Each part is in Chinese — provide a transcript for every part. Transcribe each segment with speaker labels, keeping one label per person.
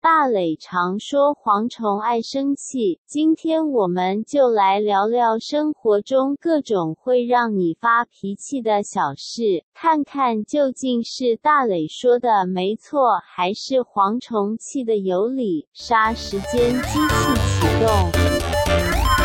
Speaker 1: 大磊常说蝗虫爱生气，今天我们就来聊聊生活中各种会让你发脾气的小事，看看究竟是大磊说的没错，还是蝗虫气的有理。杀时间机器启动。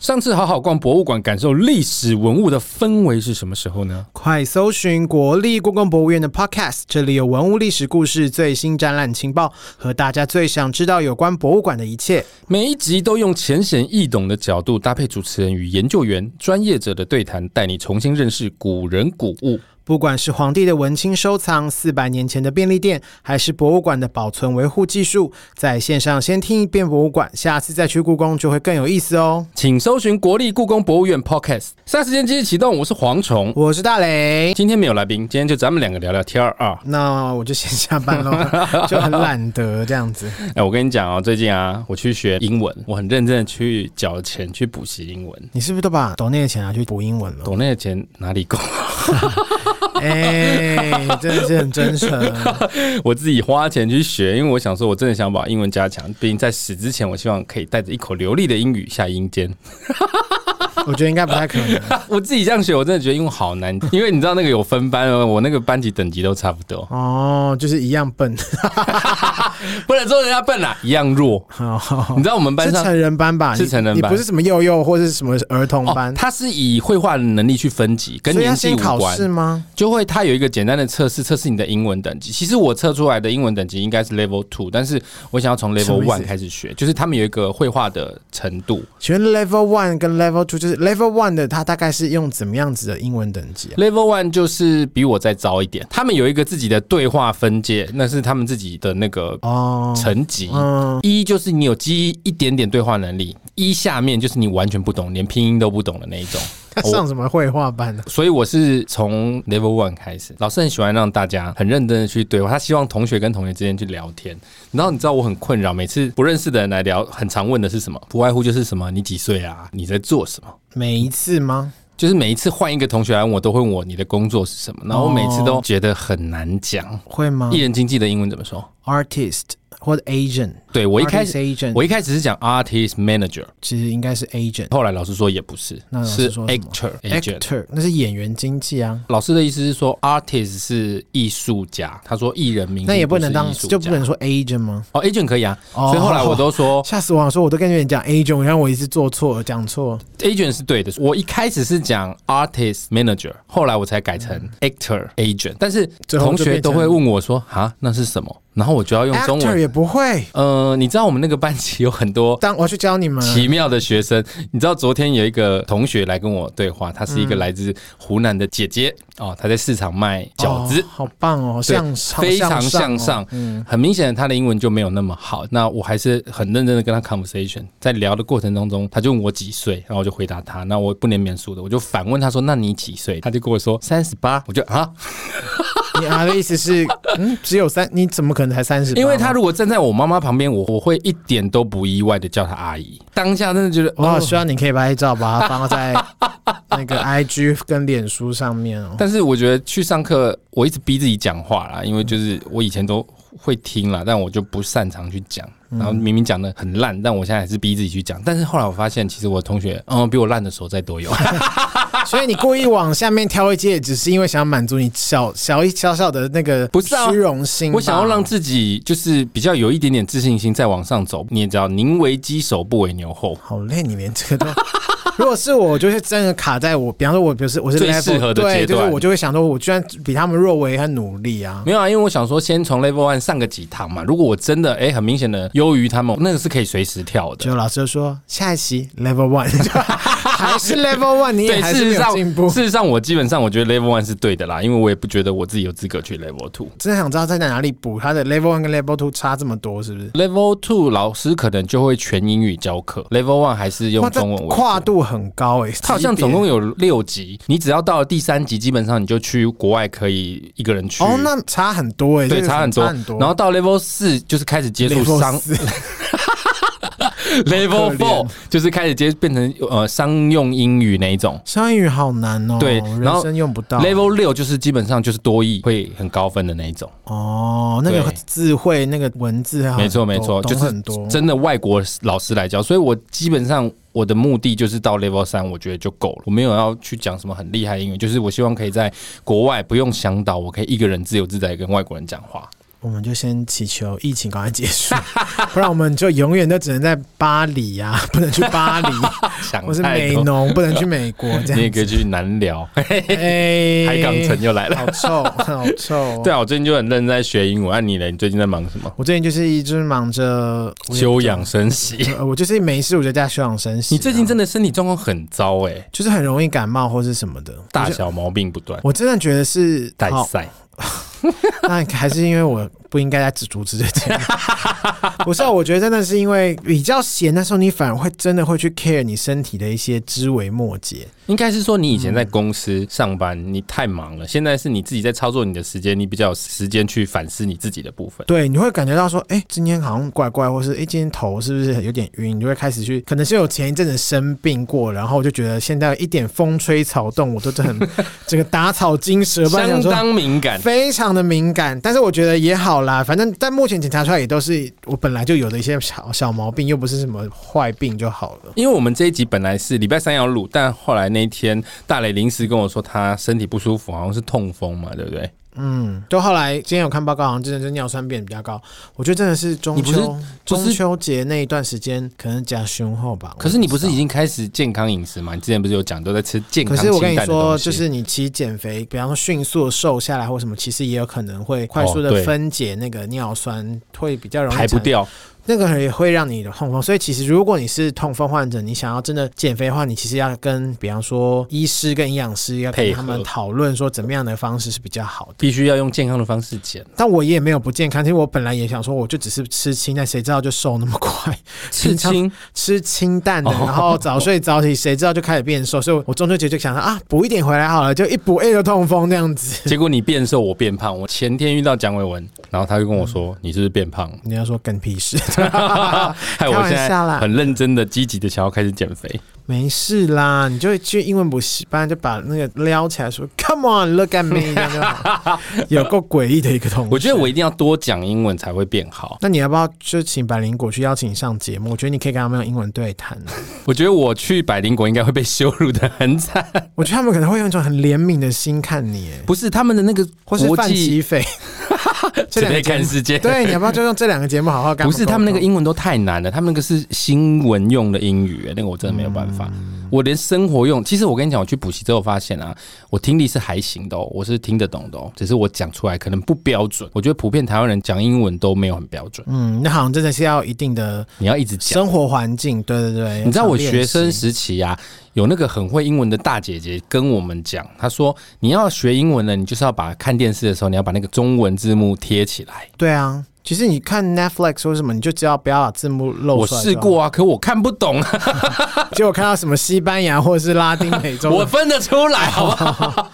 Speaker 2: 上次好好逛博物馆，感受历史文物的氛围是什么时候呢？
Speaker 3: 快搜寻国立故宫博物院的 Podcast，这里有文物历史故事、最新展览情报和大家最想知道有关博物馆的一切。
Speaker 2: 每一集都用浅显易懂的角度，搭配主持人与研究员、专业者的对谈，带你重新认识古人古物。
Speaker 3: 不管是皇帝的文青收藏、四百年前的便利店，还是博物馆的保存维护技术，在线上先听一遍博物馆，下次再去故宫就会更有意思哦。
Speaker 2: 请搜寻国立故宫博物院 Podcast。杀时间机器启动，我是蝗虫。
Speaker 3: 我是大雷，
Speaker 2: 今天没有来宾，今天就咱们两个聊聊天儿啊。
Speaker 3: 那我就先下班喽， 就很懒得这样子。
Speaker 2: 哎、我跟你讲哦，最近啊，我去学英文，我很认真的去缴钱去补习英文。
Speaker 3: 你是不是都把抖内的钱拿去补英文了？
Speaker 2: 抖那个钱哪里够？
Speaker 3: 哎、真的是很真诚。
Speaker 2: 我自己花钱去学，因为我想说，我真的想把英文加强。毕竟在死之前，我希望可以带着一口流利的英语下阴间。
Speaker 3: 我觉得应该不太可能。
Speaker 2: 我自己这样学，我真的觉得英文好难， 因为你知道那个有分班哦，我那个班级等级都差不多，
Speaker 3: 哦，就是一样笨。
Speaker 2: 不能说人家笨啦，一样弱。
Speaker 3: 好
Speaker 2: 你知道我 们班
Speaker 3: 是
Speaker 2: 上
Speaker 3: 成人班吧？
Speaker 2: 是
Speaker 3: 你
Speaker 2: 成人
Speaker 3: 你
Speaker 2: 班
Speaker 3: 不是什么幼幼或是什么儿童班
Speaker 2: 哦，，它是以绘画能力去分级，跟
Speaker 3: 所以要
Speaker 2: 年纪
Speaker 3: 先
Speaker 2: 无
Speaker 3: 考
Speaker 2: 关。
Speaker 3: 试吗？
Speaker 2: 就会它有一个简单的测试，测试你的英文等级。其实我测出来的英文等级应该是 Level Two，但是我想要从
Speaker 3: 什
Speaker 2: Level
Speaker 3: 么意
Speaker 2: One
Speaker 3: 思
Speaker 2: 开始学，就是他们有一个绘画的程度。
Speaker 3: 请问 Level One 跟 Level Two 就是 Level One 的，它大概是用怎么样子的英文等级啊？
Speaker 2: Level One 就是比我再糟一点，他们有一个自己的对话分界，那是他们自己的那个
Speaker 3: 哦，
Speaker 2: 层级。
Speaker 3: 嗯，
Speaker 2: 一就是你有基一点点对话能力，一下面就是你完全不懂，连拼音都不懂的那一种。
Speaker 3: 他上什么绘画班啊呢？
Speaker 2: 所以我是从 Level One 开始，老师很喜欢让大家很认真的去对话，他希望同学跟同学之间去聊天。然后你知道我很困扰，每次不认识的人来聊，很常问的是什么？不外乎就是什么你几岁啊？你在做什么？
Speaker 3: 每一次吗？
Speaker 2: 就是每一次换一个同学来问我，都会问我你的工作是什么，然后我每次都
Speaker 3: 哦
Speaker 2: 觉得很难讲。
Speaker 3: 会吗
Speaker 2: 艺人经纪的英文怎么说？
Speaker 3: ？Artist 或者 Agent，
Speaker 2: 对我一开
Speaker 3: 嗯 Artist
Speaker 2: 始，
Speaker 3: Agent，
Speaker 2: 我一开始是讲 artist manager，
Speaker 3: 其实应该是 Agent
Speaker 2: 后来老师说也不是
Speaker 3: 那，老师
Speaker 2: 是
Speaker 3: 说什么
Speaker 2: actor agent。
Speaker 3: Actor，那是演员经纪啊。
Speaker 2: 老师的意思是说，artist 是艺术家，他说艺人名
Speaker 3: 那也不能当，就不
Speaker 2: 不
Speaker 3: 能说 agent 吗？
Speaker 2: 哦，agent 可以啊。
Speaker 3: 哦
Speaker 2: 所以后来我都说
Speaker 3: 吓死我了！说我都跟你们讲 agent，让我一直做错，讲错。
Speaker 2: agent 是对的。我一开始是讲 artist manager，后来我才改成 actor agent。但是
Speaker 3: 嗯最后就
Speaker 2: 同学
Speaker 3: 变
Speaker 2: 都
Speaker 3: 成
Speaker 2: 会问我说：“啊，那是什么？”然后我就要用中
Speaker 3: actor
Speaker 2: 文。
Speaker 3: 也不会。
Speaker 2: 呃，你知道我们那个班级有很多
Speaker 3: 当我要去教你们。
Speaker 2: 奇妙的学生。你知道昨天有一个同学来跟我对话，她是一个来自湖南的姐姐哦，她在市场卖饺子
Speaker 3: 哦。好棒哦，
Speaker 2: 对
Speaker 3: 向上，
Speaker 2: 非常向
Speaker 3: 哦
Speaker 2: 上，很明显她的英文就没有那么好。那我还是很认真的跟她 conversation，在聊的过程当中，她就问我几岁，然后我就回答她，那我不能免俗的，我就反问她说：“那你几岁？”她就跟我说三十八，我就啊，
Speaker 3: 你啊的意思是， 嗯，只有三，你怎么可能才三十？哦
Speaker 2: 因为她如果站在我妈妈旁边，我我会一点都不意外的叫她阿姨。当下真的觉得
Speaker 3: 我
Speaker 2: 哇
Speaker 3: 好，希望你可以拍照，把它放在 那个 IG 跟脸书上面哦。
Speaker 2: 但是我觉得去上课，我一直逼自己讲话啦，
Speaker 3: 嗯
Speaker 2: 因为就是我以前都会听啦，但我就不擅长去讲。
Speaker 3: 嗯
Speaker 2: 然后明明讲的很烂，但我现在还是逼自己去讲。但是后来我发现，其实我同学，嗯，比我烂的时候再都有。
Speaker 3: 所以你故意往下面挑一阶，只是因为想要满足你小小一小小的那个
Speaker 2: 不是啊
Speaker 3: 虚荣心吧。
Speaker 2: 我想要让自己就是比较有一点点自信心，再往上走。你也知道，宁为鸡首，不为牛后。
Speaker 3: 好累，你连这个都。如果是我，我就是真的卡在我，比方说，我比如是我是
Speaker 2: 最
Speaker 3: level，
Speaker 2: 适合的阶
Speaker 3: 对，
Speaker 2: 段
Speaker 3: 就是我就会想说，我居然比他们弱，我也很努力啊。
Speaker 2: 没有啊，因为我想说，先从 level one 上个几堂嘛。如果我真的哎、很明显的优于他们，那个是可以随时跳的
Speaker 3: 结。果老师就说下一期 level one，还是 level one，你也
Speaker 2: 对，
Speaker 3: 还是
Speaker 2: 事
Speaker 3: 没
Speaker 2: 实
Speaker 3: 有
Speaker 2: 上，
Speaker 3: 进步。
Speaker 2: 事实上，我基本上我觉得 Level One 是对的啦，因为我也不觉得我自己有资格去 Level Two。
Speaker 3: 真的想知道在哪里补，他的 level one 跟 level two 差这么多，是不是？
Speaker 2: Level Two 老师可能就会全英语教课，Level One 还是用
Speaker 3: 哇，这
Speaker 2: 中文为主。
Speaker 3: 跨度很高诶、欸，
Speaker 2: 它好像
Speaker 3: 级
Speaker 2: 总
Speaker 3: 别
Speaker 2: 共有六级，你只要到了第三级，基本上你就去国外可以一个人去。
Speaker 3: 哦，那差很多诶、欸，
Speaker 2: 对
Speaker 3: 这个
Speaker 2: 差很多。
Speaker 3: 很多。
Speaker 2: 然后到 Level 四就是开始接触
Speaker 3: level
Speaker 2: 商
Speaker 3: 四
Speaker 2: Level
Speaker 3: 怜
Speaker 2: Four 就是开始接变成呃商用英语那一种。
Speaker 3: 商业英语好难哦，
Speaker 2: 对，然
Speaker 3: 人
Speaker 2: 后
Speaker 3: 生用不到。
Speaker 2: Level 六就是基本上就是多义会很高分的那一种，
Speaker 3: 哦，那个
Speaker 2: 对
Speaker 3: 智慧，那个文字还好
Speaker 2: 没错没错，
Speaker 3: 啊懂
Speaker 2: 就
Speaker 3: 懂
Speaker 2: 是
Speaker 3: 很多。
Speaker 2: 真的外国老师来教，所以我基本上我的目的就是到 Level 三，我觉得就够了，我没有要去讲什么很厉害的英语，就是我希望可以在国外不用向导，我可以一个人自由自在地跟外国人讲话。
Speaker 3: 我们就先祈求疫情赶快结束， 不然我们就永远都只能在巴黎啊， 不能去巴 黎，
Speaker 2: 想
Speaker 3: 我是
Speaker 2: 太
Speaker 3: 美
Speaker 2: 多，
Speaker 3: 农，不能去美国这
Speaker 2: 你也
Speaker 3: 样
Speaker 2: 可 以
Speaker 3: 子。
Speaker 2: 去南聊，
Speaker 3: 哎
Speaker 2: 海港城又来了。
Speaker 3: 好臭，好臭。哦
Speaker 2: 对啊，我最近就很认真在学英文。那、啊你呢？你最近在忙什么？
Speaker 3: 我最近就是一直忙着
Speaker 2: 休养，生息。
Speaker 3: 呃我 就是没事我就在家休养生息啊。
Speaker 2: 你最近真的身体状况很糟哎、
Speaker 3: 就是很容易感冒或是什么的，
Speaker 2: 大
Speaker 3: 我就
Speaker 2: 小毛病不断，
Speaker 3: 我真的觉得是
Speaker 2: 带
Speaker 3: 好
Speaker 2: 赛。
Speaker 3: 那还是因为我不应该在只阻止这件。 不是、啊，我觉得真的是因为比较闲的时候，你反而会真的会去 care 你身体的一些枝微末节。
Speaker 2: 应该是说你以前在公司上班，你太忙了，现在是你自己在操作你的时间，你比较有时间去反思你自己的部分。
Speaker 3: 对，你会感觉到说，哎、今天好像怪怪，或是哎、诶今天头是不是有点晕？你就会开始去，可能是有前一阵子生病过，然后我就觉得现在一点风吹草动，我都是很 这个打草惊蛇般想
Speaker 2: 相
Speaker 3: 说。
Speaker 2: 当敏感，
Speaker 3: 非常的敏感，但是我觉得也好啦，反正但目前检查出来也都是我本来就有的一些小小毛病，又不是什么坏病就好了。
Speaker 2: 因为我们这一集本来是礼拜三要录，但后来那一天大雷临时跟我说他身体不舒服，好像是痛风嘛，对不对？
Speaker 3: 嗯，就后来今天有看报告，好像真的是尿酸变比较高。我觉得真的是中
Speaker 2: 你不是
Speaker 3: 秋
Speaker 2: 不是
Speaker 3: 中秋节那一段时间，可能加胸后吧。
Speaker 2: 可是你不是
Speaker 3: 我
Speaker 2: 已
Speaker 3: 知
Speaker 2: 经开始健康饮食吗？你之前不是有讲都在吃健
Speaker 3: 道
Speaker 2: 康
Speaker 3: 可
Speaker 2: 清
Speaker 3: 是我跟
Speaker 2: 淡的
Speaker 3: 你说，
Speaker 2: 东西？
Speaker 3: 就是你其实减肥，比方说迅速瘦下来或什么，其实也有可能会快速
Speaker 2: 哦对
Speaker 3: 的分解那个尿酸，会比较容易
Speaker 2: 排不
Speaker 3: 产
Speaker 2: 掉，
Speaker 3: 那个也会让你的痛风，所以其实如果你是痛风患者，你想要真的减肥的话，你其实要跟比方说医师跟营养师要
Speaker 2: 配
Speaker 3: 跟
Speaker 2: 合
Speaker 3: 他们讨论说怎么样的方式是比较好的。
Speaker 2: 必须要用健康的方式减。
Speaker 3: 但我也没有不健康，其实我本来也想说，我就只是吃清淡，谁知道就瘦那么快，
Speaker 2: 刺
Speaker 3: 平常
Speaker 2: 青
Speaker 3: 吃清淡的，
Speaker 2: 哦
Speaker 3: 然后早睡早起，谁知道就开始变瘦。所以我中秋节就想说啊，补一点回来好了，就一补哎就痛风这样子。
Speaker 2: 结果你变瘦，我变胖。我前天遇到蒋伟文，然后他就跟我说：“你是不是变胖了
Speaker 3: 你要说干屁事，？” 啊
Speaker 2: 害我
Speaker 3: 开玩
Speaker 2: 现
Speaker 3: 笑
Speaker 2: 在
Speaker 3: 啦
Speaker 2: 很认真的、积极的想要开始减肥。
Speaker 3: 没事啦，你就去英文补习班就把那个撩起来说，Come on, look at me，这样就好。 有够诡异的一个啊同学，
Speaker 2: 我觉得我一定要多讲英文才会变好。
Speaker 3: 那你要不要就请百灵果去邀请你上节目？我觉得你可以跟他们用英文对谈。
Speaker 2: 我觉得我去百灵果应该会被羞辱的很惨。
Speaker 3: 我觉得他们可能会用一种很怜悯的心看你，哎
Speaker 2: 不是他们的那个
Speaker 3: 或是
Speaker 2: 国
Speaker 3: 范
Speaker 2: 际
Speaker 3: 琪斐，
Speaker 2: 只
Speaker 3: 这两
Speaker 2: 在
Speaker 3: 个节
Speaker 2: 看
Speaker 3: 目。
Speaker 2: 世界，
Speaker 3: 对，你要不要就用这两个节目好好干？
Speaker 2: 不是他们那个英文都太难了，他们那个是新闻用的英语，那个我真的没有办法。
Speaker 3: 嗯
Speaker 2: 我连生活用，其实我跟你讲，我去补习之后发现啊，我听力是还行的、哦，我是听得懂的、哦，只是我讲出来可能不标准。我觉得普遍台湾人讲英文都没有很标准，
Speaker 3: 嗯，那好像真的是要一定的
Speaker 2: 你要一直讲。
Speaker 3: 生活环境，对对对。
Speaker 2: 你知道我
Speaker 3: 要练
Speaker 2: 学生
Speaker 3: 习
Speaker 2: 时期啊，有那个很会英文的大姐姐跟我们讲，她说你要学英文了，你就是要把看电视的时候，你要把那个中文字幕贴起来。
Speaker 3: 对啊，其实你看 Netflix 或什么，你就只要不要把字幕露
Speaker 2: 我
Speaker 3: 出来。
Speaker 2: 试过，啊，可我看不懂啊，
Speaker 3: 结果看到什么西班牙或者是拉丁美洲的，
Speaker 2: 我分得出来，好不好？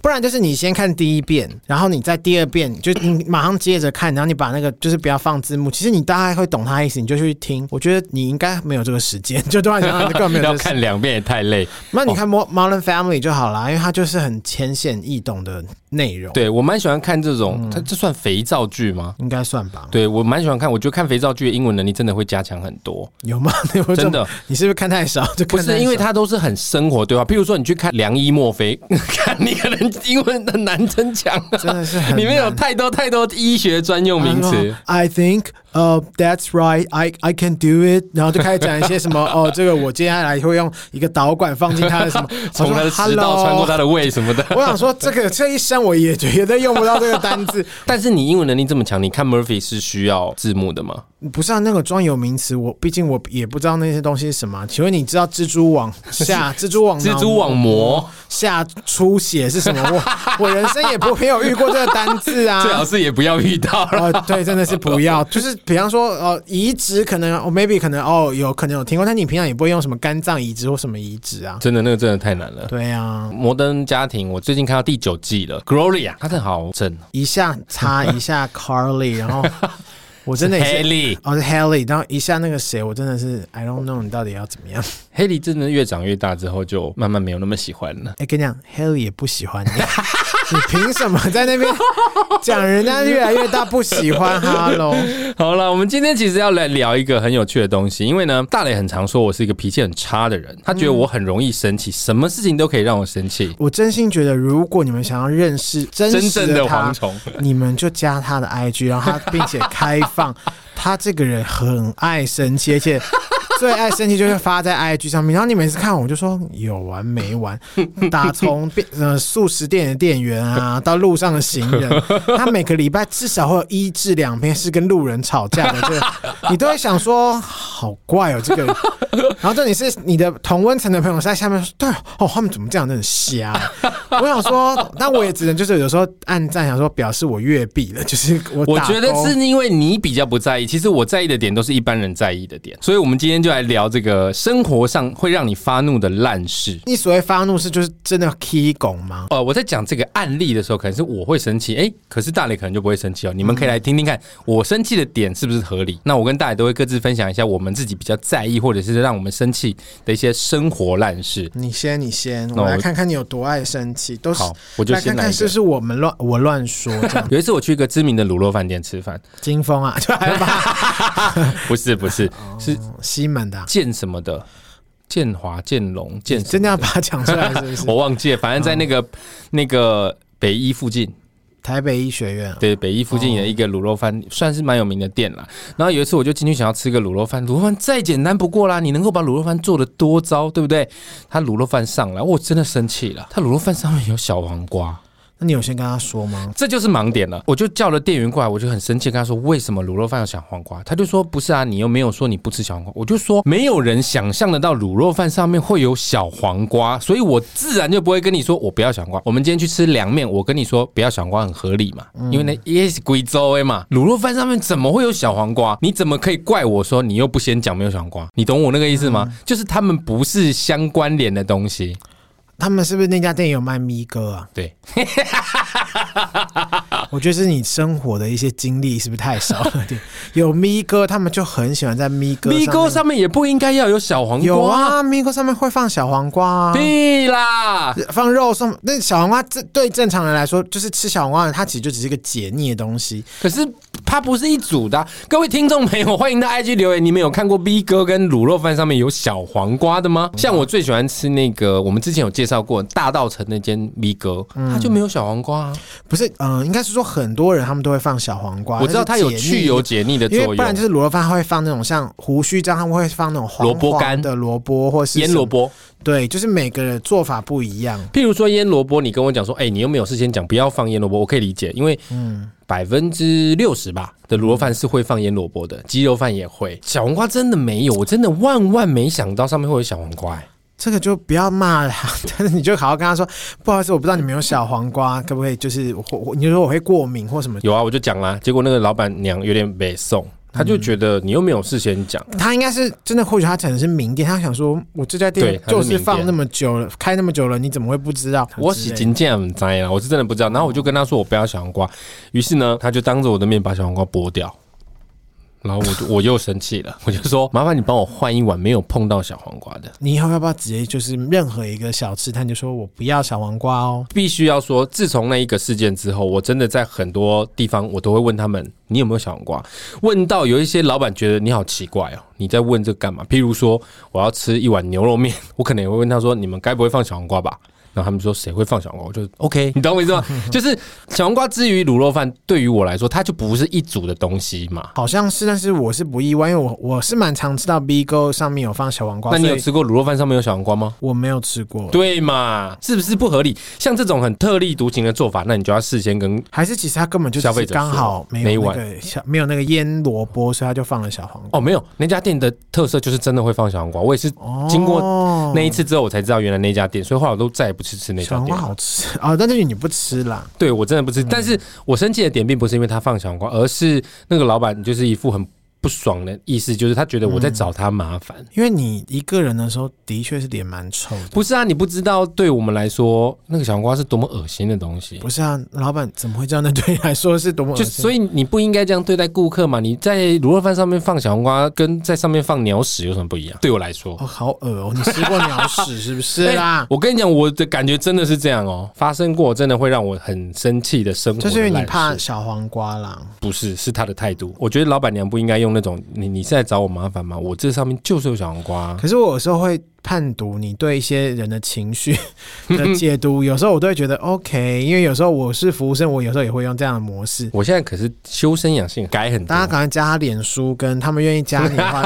Speaker 3: 不然就是你先看第一遍，然后你在第二遍就你马上接着看，然后你把那个就是不要放字幕，其实你大概会懂他意思，你就去听。我觉得你应该没有这个时间，就突然想到你根本没有这
Speaker 2: 要
Speaker 3: 个时间。
Speaker 2: 看两遍也太累。
Speaker 3: 那你看《Mo-
Speaker 2: 哦
Speaker 3: Modern Family》就好啦，因为它就是很浅显易懂的内容，，
Speaker 2: 对我蛮喜欢看这
Speaker 3: 嗯
Speaker 2: 种，它这算肥皂剧吗？
Speaker 3: 应该算吧？
Speaker 2: 对我蛮喜欢看，我觉得看肥皂剧的英文能力真的会加强很多，
Speaker 3: 有吗？ 你有这
Speaker 2: 真
Speaker 3: 种
Speaker 2: 的，
Speaker 3: 你是不是看太少？就
Speaker 2: 不
Speaker 3: 看太
Speaker 2: 是因为
Speaker 3: 少
Speaker 2: 它都是很生活对话，譬如说你去看梁一墨菲， 看你可能英文很难增强、
Speaker 3: 真的是 很
Speaker 2: 里面有
Speaker 3: 难
Speaker 2: 太多太多医学专用名
Speaker 3: 哎
Speaker 2: 词。
Speaker 3: I think, uh, that's right. I I can do it. 然后就开始讲一些什 么哦，这个我接下来会用一个导管放进他的 什么，
Speaker 2: 从他的食道穿过他
Speaker 3: 的。
Speaker 2: 的胃什么的，
Speaker 3: 我想说，这个这一生我也觉得用不到这个单字。
Speaker 2: 但是你英文能力这么强，你看 Murphy 是需要字幕的吗？
Speaker 3: 不是啊，那个专有名词，我毕竟我也不知道那些东西是什么啊、请问你知道蜘蛛网 下蜘蛛网
Speaker 2: 蜘蛛网
Speaker 3: 嗯
Speaker 2: 膜
Speaker 3: 下出血是什么？ 我我人生也不没有遇过这个单字啊。
Speaker 2: 最好是也不要遇到了。
Speaker 3: 哦，对，真的是不要。就是比方说，哦，移植可能，哦，maybe 可能，哦，有可能有听过，但你平常也不会用什么肝脏移植或什么移植啊。
Speaker 2: 真的，那个真的太难了。
Speaker 3: 对啊，
Speaker 2: 摩登家庭，我最近看到第九季了，Gloria，她真的好正哦。
Speaker 3: 一下擦一下 Carly，然后我真的也是，
Speaker 2: Haley，
Speaker 3: 哦是 Haley，然后一下那个谁，我真的是 I don't know 你到底要怎么样？
Speaker 2: Haley 真的越长越大之后，就慢慢没有那么喜欢了。
Speaker 3: 哎，跟你讲，Haley 也不喜欢你，你凭什么在那边讲人家越来越大不喜欢？Hello，
Speaker 2: 好了，我们今天其实要来聊一个很有趣的东西，因为呢，大磊很常说我是一个脾气很差的人，他觉得我很容易生气，什么事情都可以让我生气。
Speaker 3: 我真心觉得，如果你们想要认识真
Speaker 2: 真
Speaker 3: 实
Speaker 2: 正的
Speaker 3: 他
Speaker 2: 蝗，虫，
Speaker 3: 你们就加他的 IG，然后他并且开放，他这个人很爱生气，而且最爱生气就是发在 IG 上面。然后你每次看我就说有完没完，打从变呃素食店的店员啊到路上的行人，他每个礼拜至少会有一至两篇是跟路人吵架的，就 你都会想说好怪哦这个人。然后这里是你的同温层的朋友在下面说，对哦他们怎么这样，真的很瞎、啊 我想说，但我也只能就是有时候暗赞，想说表示我越币了， 就是我
Speaker 2: 我
Speaker 3: 打
Speaker 2: 觉得
Speaker 3: 勾
Speaker 2: 是因为你比较不在意，其实我在意的点都是一般人在意的点，所以我们今天就来聊这个生活上会让你发怒的烂事。
Speaker 3: 你所谓发怒是就是真的 key 拱吗？
Speaker 2: 呃，我在讲这个案例的时候，可能是我会生气，哎、可是大磊可能就不会生气哦。你们可以来听听看，我生气的点是不是合理？那我跟大磊都会各自分享一下我们自己比较在意，或者是让我们生气的一些生活烂事。
Speaker 3: 你先，你先，
Speaker 2: 那哦
Speaker 3: 我
Speaker 2: 我
Speaker 3: 们来看看你有多爱生气。都是
Speaker 2: 好，我就
Speaker 3: 来
Speaker 2: 先
Speaker 3: 看
Speaker 2: 来
Speaker 3: 看
Speaker 2: 一
Speaker 3: 是不
Speaker 2: 个。
Speaker 3: 是我们乱我乱说这
Speaker 2: 。
Speaker 3: 样
Speaker 2: 有一次我去一个知名的卤肉饭店吃饭，
Speaker 3: 金峰啊， 就还有吧，
Speaker 2: 不是不是
Speaker 3: 哦
Speaker 2: 是
Speaker 3: 西门 的啊、
Speaker 2: 建什么的，建华、建龙、建什么
Speaker 3: 真的要把它讲出来是 不是？
Speaker 2: 我忘记了，反正在那个、那个北医附近，
Speaker 3: 台北医学院啊，
Speaker 2: 对北医附近有一个卤肉饭，算是蛮有名的店啦。然后有一次我就进去想要吃个卤肉饭，卤肉饭再简单不过啦，你能够把卤肉饭做的多糟，对不对？他卤肉饭上来，我真的生气了，他卤肉饭上面有小黄瓜。
Speaker 3: 那你有先跟他说吗？
Speaker 2: 这就是盲点了。我就叫了店员过来，我就很生气，跟他说为什么卤肉饭要小黄瓜？他就说不是啊，你又没有说你不吃小黄瓜。我就说没有人想象得到卤肉饭上面会有小黄瓜，所以我自然就不会跟你说我不要小黄瓜。我们今天去吃凉面，我跟你说不要小黄瓜很合理嘛，
Speaker 3: 嗯
Speaker 2: 因为那也是贵州的嘛。卤肉饭上面怎么会有小黄瓜？你怎么可以怪我说你又不先讲没有小黄瓜？你懂我那个意思吗？
Speaker 3: 嗯
Speaker 2: 就是他们不是相关联的东西。
Speaker 3: 他们是不是那家店有卖咪哥啊？
Speaker 2: 对，啊
Speaker 3: 我觉得是你生活的一些经历是不是太少了 点？有咪哥，他们就很喜欢在咪哥
Speaker 2: 米
Speaker 3: 上
Speaker 2: 糕
Speaker 3: 面
Speaker 2: 上面也不应该要有小黄瓜。
Speaker 3: 有啊，咪锅上面会放小黄瓜啊，
Speaker 2: 屁啦！
Speaker 3: 放肉松。那小黄瓜这对正常人来说，就是吃小黄瓜，它其实就只是一个解腻的东西。
Speaker 2: 可是它不是一组的啊、各位听众朋友，欢迎到 IG 留言。你们有看过 B 哥跟卤肉饭上面有小黄瓜的
Speaker 3: 嗯
Speaker 2: 吗？像我最喜欢吃那个，我们之前有介绍过大道城那间 B 哥，
Speaker 3: 嗯
Speaker 2: 它就没有小黄瓜啊。
Speaker 3: 不是，嗯、应该是说很多人他们都会放小黄瓜，
Speaker 2: 我知道它有
Speaker 3: 但是解腻
Speaker 2: 去油。解腻的
Speaker 3: 因为
Speaker 2: 作
Speaker 3: 不然就
Speaker 2: 用。
Speaker 3: 是卤肉饭，它会放那种像胡须章，他们会放那种黄
Speaker 2: 萝卜干
Speaker 3: 黄的萝卜，或是
Speaker 2: 腌萝
Speaker 3: 卜。
Speaker 2: 卜，
Speaker 3: 对，就是每个人做法不一样。
Speaker 2: 譬如说腌萝卜，你跟我讲说，哎、你又没有事先讲不要放腌萝卜，我可以理解，因为嗯，百分之六十吧的卤肉饭是会放腌萝卜的，鸡肉饭也会，小黄瓜真的没有，我真的万万没想到上面会有小黄瓜、哎
Speaker 3: 这个就不要骂他， 但是你就好好跟他说，不好意思，我不知道你们有小黄瓜，可不可以就是我我你就说我会过敏或什么，
Speaker 2: 有啊，我就讲啦，结果那个老板娘有点被送，她就觉得你又没有事先讲，
Speaker 3: 他应该是真的，或许他可能是名店，他想说，我这家
Speaker 2: 对
Speaker 3: 店
Speaker 2: 他是
Speaker 3: 就是
Speaker 2: 名店
Speaker 3: 放那么久了，开那么久了，你怎么会不知道？
Speaker 2: 我是真正很在啦，我是真的不知道。然后我就跟她说我不要小黄瓜，于是呢，她就当着我的面把小黄瓜剥掉。然后我就我又生气了，我就说 麻烦你帮我换一碗没有碰到小黄瓜的。
Speaker 3: 你以后要不要直接就是任何一个小吃摊就说我不要小黄瓜哦？
Speaker 2: 必须要说，自从那一个事件之后，我真的在很多地方我都会问他们你有没有小黄瓜，问到有一些老板觉得你好奇怪哦，你在问这干嘛？譬如说我要吃一碗牛肉面，我可能也会问他说你们该不会放小黄瓜吧？然后他们说谁会放小黄瓜？我就 OK，你懂我意思吗？就是小黄瓜之于卤肉饭，对于我来说，它就不是一组的东西嘛。
Speaker 3: 好像是，但是我是不意外，因为我我是蛮常吃到 B Go 上面有放小黄瓜，
Speaker 2: 那你有
Speaker 3: 所以
Speaker 2: 吃过卤肉饭上面有小黄瓜吗？
Speaker 3: 我没有吃过，
Speaker 2: 对嘛，是不是不合理？像这种很特立独行的做法，那你就要事先跟
Speaker 3: 还是其实他根本就只
Speaker 2: 消费
Speaker 3: 是
Speaker 2: 者
Speaker 3: 刚好
Speaker 2: 说
Speaker 3: 没有那
Speaker 2: 那
Speaker 3: 个小没有那个腌萝卜，所以他就放了小黄
Speaker 2: 哦，
Speaker 3: 瓜。
Speaker 2: 没有，那家店的特色就是真的会放小黄瓜。我也是经过
Speaker 3: 哦
Speaker 2: 那一次之后，我才知道原来那家店，所以后来我都再也不去吃那
Speaker 3: 小
Speaker 2: 家
Speaker 3: 黄
Speaker 2: 店了。
Speaker 3: 瓜好嗯吃哦，但是你不吃啦，
Speaker 2: 对我真的不吃，但是我生气的点并不是因为他放小黄瓜，而是那个老板就是一副很不爽的意思，就是他觉得我在
Speaker 3: 嗯
Speaker 2: 找他麻烦。
Speaker 3: 因为你一个人的时候，的确是脸蛮臭的。
Speaker 2: 不是啊，你不知道，对我们来说，那个小黄瓜是多么恶心的东西。
Speaker 3: 不是啊，老板怎么会这样？那对你来说是多么恶
Speaker 2: 就
Speaker 3: 心？
Speaker 2: 所以你不应该这样对待顾客嘛？你在卤肉饭上面放小黄瓜，跟在上面放鸟屎有什么不一样？对我来说，
Speaker 3: 哦，好恶哦！你吃过鸟屎是不 是
Speaker 2: 哎
Speaker 3: 啦？
Speaker 2: 我跟你讲，我的感觉真的是这样哦，发生过，真的会让我很生气的生活的烂
Speaker 3: 就
Speaker 2: 事。
Speaker 3: 是因为你怕小黄瓜啦。
Speaker 2: 不是，是他的态度。我觉得老板娘不应该用那种你你是在找我麻烦吗？我这上面就是有小黄瓜啊、
Speaker 3: 可是我有时候会判读你对一些人的情绪的解读，有时候我都会觉得 OK，因为有时候我是服务生，我有时候也会用这样的模式。
Speaker 2: 我现在可是修身养性改很多
Speaker 3: 大。家赶快加他脸书，跟他们愿意加你的 话，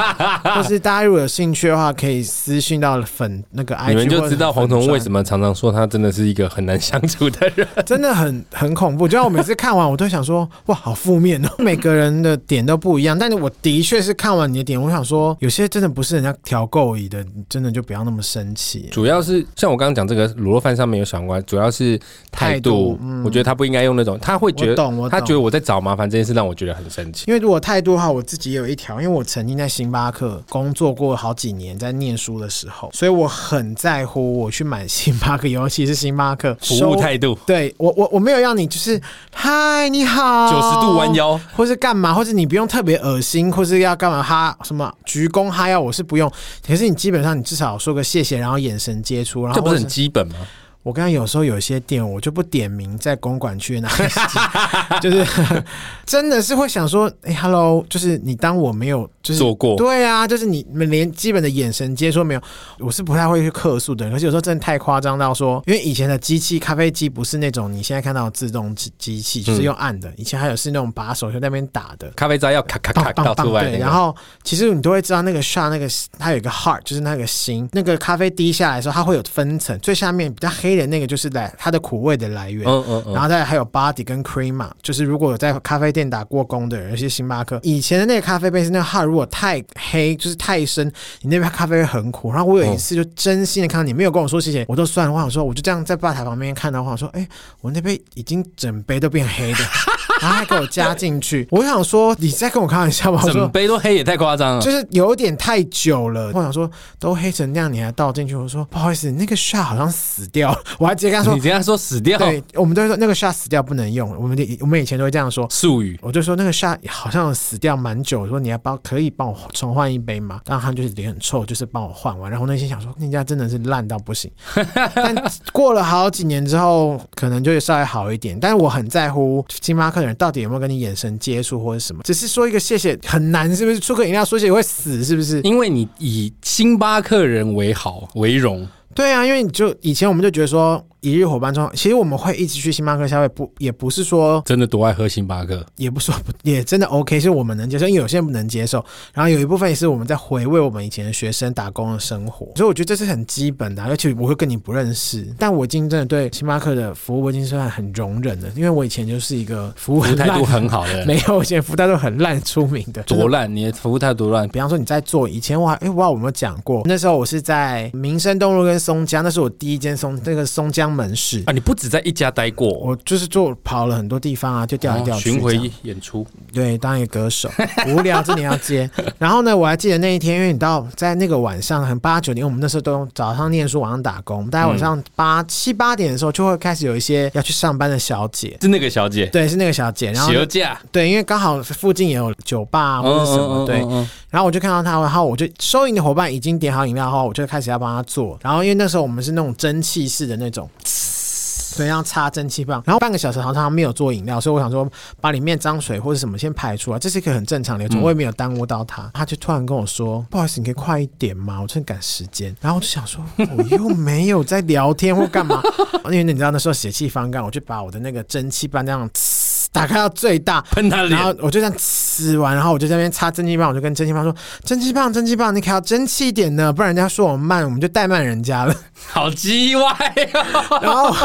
Speaker 3: 或是大家如果有兴趣的话，可以私信到粉那个 IG，
Speaker 2: 你们就知道黄
Speaker 3: 彤
Speaker 2: 彤为什么常常说他真的是一个很难相处的 人。
Speaker 3: 真的很很恐怖。就像我每次看完，我都想说，哇，好负面哦。每个人的点都不一样，但是我的确是看完你的点，我想说，有些真的不是人家调够椅的，你真的就不要那么生气。
Speaker 2: 主要是像我刚刚讲这个卤肉饭上面有小黄瓜，主要是态度。
Speaker 3: 态度嗯
Speaker 2: 我觉得他不应该用那种，他会觉
Speaker 3: 我
Speaker 2: 得
Speaker 3: 懂，我懂。
Speaker 2: 他觉得我在找麻烦这件事让我觉得很生气。
Speaker 3: 因为如果态度的话，我自己也有一条，因为我曾经在星巴克工作过好几年，在念书的时候，所以我很在乎我去买星巴克，尤其是星巴克
Speaker 2: 服
Speaker 3: 收
Speaker 2: 务态度，
Speaker 3: 对我我我没有让你就是嗨你好
Speaker 2: 九十度弯，腰，
Speaker 3: 或是干嘛，或是你不用特别恶心，或是要干嘛哈什么鞠躬哈腰，我是不用。可是你基本上你至少说个谢谢，然后眼神接触，然后
Speaker 2: 这不是
Speaker 3: 或
Speaker 2: 很基本吗？
Speaker 3: 我刚才有时候有些店我就不点名在公馆区的哪 一家，就是真的是会想说，哎、h e l l o 就是你当我没有就是
Speaker 2: 做过
Speaker 3: 对啊，就是你们连基本的眼神接触没有，我是不太会去客诉的人。可是有时候真的太夸张到说，因为以前的机器咖啡机不是那种你现在看到的自动机机器，
Speaker 2: 嗯
Speaker 3: 就是用按的，以前还有是那种把手就在那边打的，
Speaker 2: 咖啡渣要咔咔咔倒出来那个，
Speaker 3: 对，然后其实你都会知道那个 shot 那个它有一个 heart，就是那个心，那个咖啡滴下来的时候，它会有分层，最下面比较黑的那个就是来它的苦味的来源。
Speaker 2: 嗯嗯
Speaker 3: 然
Speaker 2: 嗯，
Speaker 3: 后再来还有 body 跟 cream 嘛，就是如果有在咖啡店打过工的人，尤其是星巴克以前的那个咖啡杯是那个 heart 如果太黑，就是太深，你那边咖啡会很苦。然后我有一次就真心的看到你没有跟我说谢谢，我都算了。我想说，我就这样在吧台旁边看到，我想说，哎、我那杯已经整杯都变黑的，然后还给我加进去。我想说，你在跟我开玩笑吗？我说
Speaker 2: 整杯都黑也太夸张了
Speaker 3: 就。是有点太久了。我想说，都黑成那样，你还倒进去？我说不好意思，那个 shot 好像死掉了。我还直接跟他
Speaker 2: 你
Speaker 3: 说，
Speaker 2: 这样说死掉
Speaker 3: 对，我们都会说那个 shot 死掉不能用。我们的我们以前都会这样说。
Speaker 2: 术语，
Speaker 3: 我就说那个 shot 好像死掉蛮久，我说你要帮可以帮我重换一杯吗？当然他就是脸很臭，就是帮我换完。然后我内心想说，那家真的是烂到不行。但过了好几年之后，可能就稍微好一点。但是我很在乎星巴克的人到底有没有跟你眼神接触或者什么，只是说一个谢谢很难，是不是？出个饮料说谢谢会死，是不 是？
Speaker 2: 因为你以星巴克人为好为荣，
Speaker 3: 对啊，因为你就以前我们就觉得说一日伙伴中，其实我们会一直去星巴克消费，不也不是说
Speaker 2: 真的多爱喝星巴 克。
Speaker 3: 也不说不也真的 OK，是我们能接受，因为有些人不能接受。然后有一部分也是我们在回味我们以前的学生打工的生活，所以我觉得这是很基本的啊、而且我会跟你不认识，但我已经真的对星巴克的服务我已经算很容忍了，因为我以前就是一个服
Speaker 2: 服务
Speaker 3: 务很
Speaker 2: 态
Speaker 3: 烂
Speaker 2: 度，很好的，
Speaker 3: 没有，我以前服务态度很烂出名的，
Speaker 2: 多烂，你的服务态度多烂。
Speaker 3: 比方说你在做，以前我还哎、我不知道我有没有讲过，那时候我是在民生东路跟松江，那是我第一间松那个松江门市
Speaker 2: 啊，，你不止在一家待过，
Speaker 3: 我就是做跑了很多地方啊，就调来调
Speaker 2: 哦
Speaker 3: 去、
Speaker 2: 巡
Speaker 3: 这样
Speaker 2: 回演出，
Speaker 3: 对，当一个歌手 无聊，这你要接。然后呢，我还记得那一天，因为你到在那个晚上，很八九点，因为我们那时候都早上念书，晚上打工，我们大概晚
Speaker 2: 嗯
Speaker 3: 上八、七八点的时候，就会开始有一些要去上班的小姐。
Speaker 2: 是那个小姐，
Speaker 3: 对，是那个小姐，然后
Speaker 2: 休假，
Speaker 3: 对，因为刚好附近也有酒吧、啊、或者什么，对，
Speaker 2: 嗯
Speaker 3: 然后我就看到他，然后我就收银的伙伴已经点好饮料后，我就开始要帮他做。然后因为那时候我们是那种蒸汽式的那种，对，要插蒸汽棒。然后半个小时好像他没有做饮料，所以我想说把里面脏水或者什么先排出来，这是一个很正常的流程，
Speaker 2: 嗯
Speaker 3: 我也没有耽误到他。他就突然跟我说：“不好意思，你可以快一点吗？我真的赶时间。”然后我就想说，我又没有在聊天或干嘛， 因为你知道那时候血气方刚，我就把我的那个蒸汽棒这样打开到最大，
Speaker 2: 喷她
Speaker 3: 然后
Speaker 2: 脸，
Speaker 3: 我就这样吃完，然后我就在那边擦蒸汽棒，我就跟蒸汽棒说：“蒸汽棒，蒸汽棒，你可要争气一点呢，不然人家说我慢，我们就怠慢人家了。
Speaker 2: 好叽歪哦。”
Speaker 3: 然后，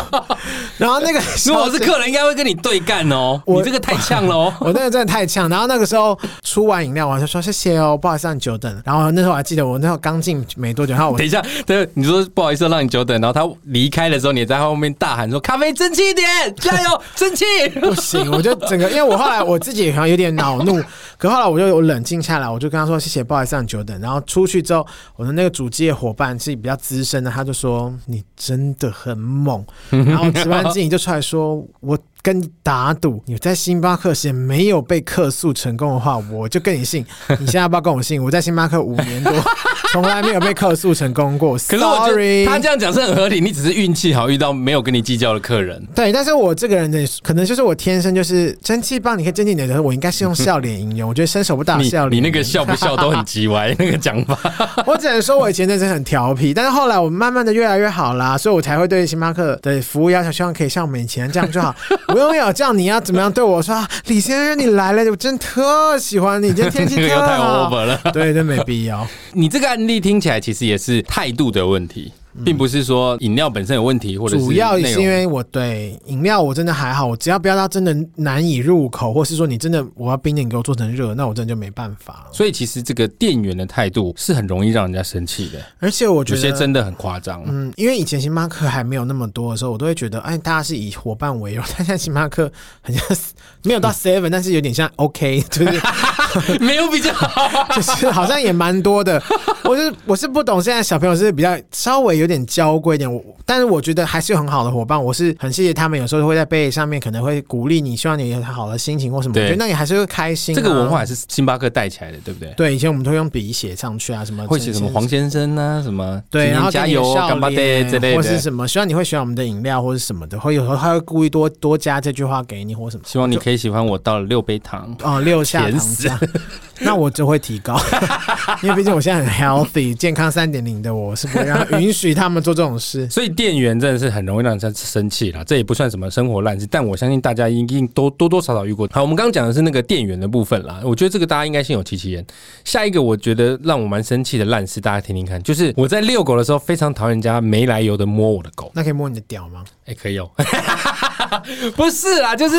Speaker 3: 然后那个
Speaker 2: 如
Speaker 3: 小
Speaker 2: 果我是
Speaker 3: 姐
Speaker 2: 客人，应该会跟你对干哦。
Speaker 3: 我
Speaker 2: 你这个太呛了哦。
Speaker 3: 我那个真的太呛。然后那个时候出完饮料，我就说谢谢哦，不好意思让你久等了。然后那时候我还记得，我那时候刚进没多久，然后我
Speaker 2: 等一下，对，你说不好意思让你久 等，然后他离开的时候，你也在后面大喊说：“咖啡争气一点，加油，争气！”
Speaker 3: 不行，我就整个，因为我后来我自己好像有点恼怒，可后来我就有冷静下来，我就跟他说谢谢，不好意思让你久等。然后出去之后，我的那个主机的伙伴是比较资深的，他就说你真的 很猛。然后值班经理就出来说，我。跟你打赌，你在星巴克写没有被客诉成功的话，我就跟你姓。你现在要不要跟我姓？我在星巴克五年多，从来没有被客诉成功过。
Speaker 2: 可是我觉
Speaker 3: Sorry
Speaker 2: 得他这样讲是很合理，你只是运气好遇到没有跟你计较的客人。
Speaker 3: 对，但是我这个人的可能就是我天生就是蒸汽棒，你可以蒸汽你的时候，我应该是用笑脸形容。我觉得伸手不 打
Speaker 2: 你
Speaker 3: 笑脸，
Speaker 2: 你那个笑不笑都很叽歪，那个讲法。
Speaker 3: 我只能说我以前真的是很调皮，但是后来我慢慢的越来越好啦，所以我才会对星巴克的服务要求，希望可以像我们以前这样就好。我又没有叫你要怎么样对我说，啊李先生你来了，我真特喜欢你，今天天气
Speaker 2: 又
Speaker 3: 特
Speaker 2: 太
Speaker 3: 好。
Speaker 2: over 了。
Speaker 3: 对，这没必要。
Speaker 2: 你这个案例听起来其实也是态度的问题，并不是说饮料本身有问题，或者
Speaker 3: 嗯主要也
Speaker 2: 内
Speaker 3: 是
Speaker 2: 容
Speaker 3: 因为我对饮料我真的还好，我只要不要到真的难以入口，或是说你真的我要冰点给我做成热，那我真的就没办法了。
Speaker 2: 所以其实这个店员的态度是很容易让人家生气的，
Speaker 3: 而且我觉
Speaker 2: 有
Speaker 3: 得
Speaker 2: 些真的很夸张。
Speaker 3: 嗯，因为以前星巴克还没有那么多的时候，我都会觉得，哎，大家是以伙伴为荣。但 现在星巴克很像没有到
Speaker 2: 嗯
Speaker 3: Seven，但是有点像 OK，就是
Speaker 2: 没有比较好，
Speaker 3: 就是好像也蛮多的。我就是我是不懂现在小朋友是比较稍微有点娇贵一点，我但是我觉得还是有很好的伙伴，我是很谢谢他们。有时候会在杯上面可能会鼓励你，希望你有好的心情或什么，我
Speaker 2: 对
Speaker 3: 觉得那你还是会开心啊、
Speaker 2: 这个文化也是星巴克带起来的，对不对？
Speaker 3: 对，以前我们都会用笔写上去啊，什么
Speaker 2: 会写什么黄先生啊，什么
Speaker 3: 对，
Speaker 2: 今
Speaker 3: 然
Speaker 2: 天
Speaker 3: 后
Speaker 2: 加
Speaker 3: 给你
Speaker 2: 油
Speaker 3: 笑
Speaker 2: 哦，干巴爹
Speaker 3: 脸
Speaker 2: 之类
Speaker 3: 或是
Speaker 2: 的。
Speaker 3: 什么，希望你会喜欢我们的饮料或者什么的，会有时候他会故意多多加这句话给你或什么。
Speaker 2: 希望你可以喜欢我到了六杯糖。
Speaker 3: 哦，六下
Speaker 2: 甜
Speaker 3: 糖
Speaker 2: 死
Speaker 3: 浆， 那我就会提高， 因为毕竟我现在很 healthy 健康三点零的我，是不会让他允许他们做这种事。
Speaker 2: 所以店员真的是很容易让人家生气啦，这也不算什么生活烂事，但我相信大家一定多多多少少遇过。好，我们刚刚讲的是那个店员的部分啦，我觉得这个大家应该心有戚戚焉。下一个我觉得让我蛮生气的烂事，大家听听看，就是我在遛狗的时候非常讨厌人家没来由的摸我的狗。
Speaker 3: 那可以摸你的屌吗？
Speaker 2: 哎、可以哦， 不是啦，就是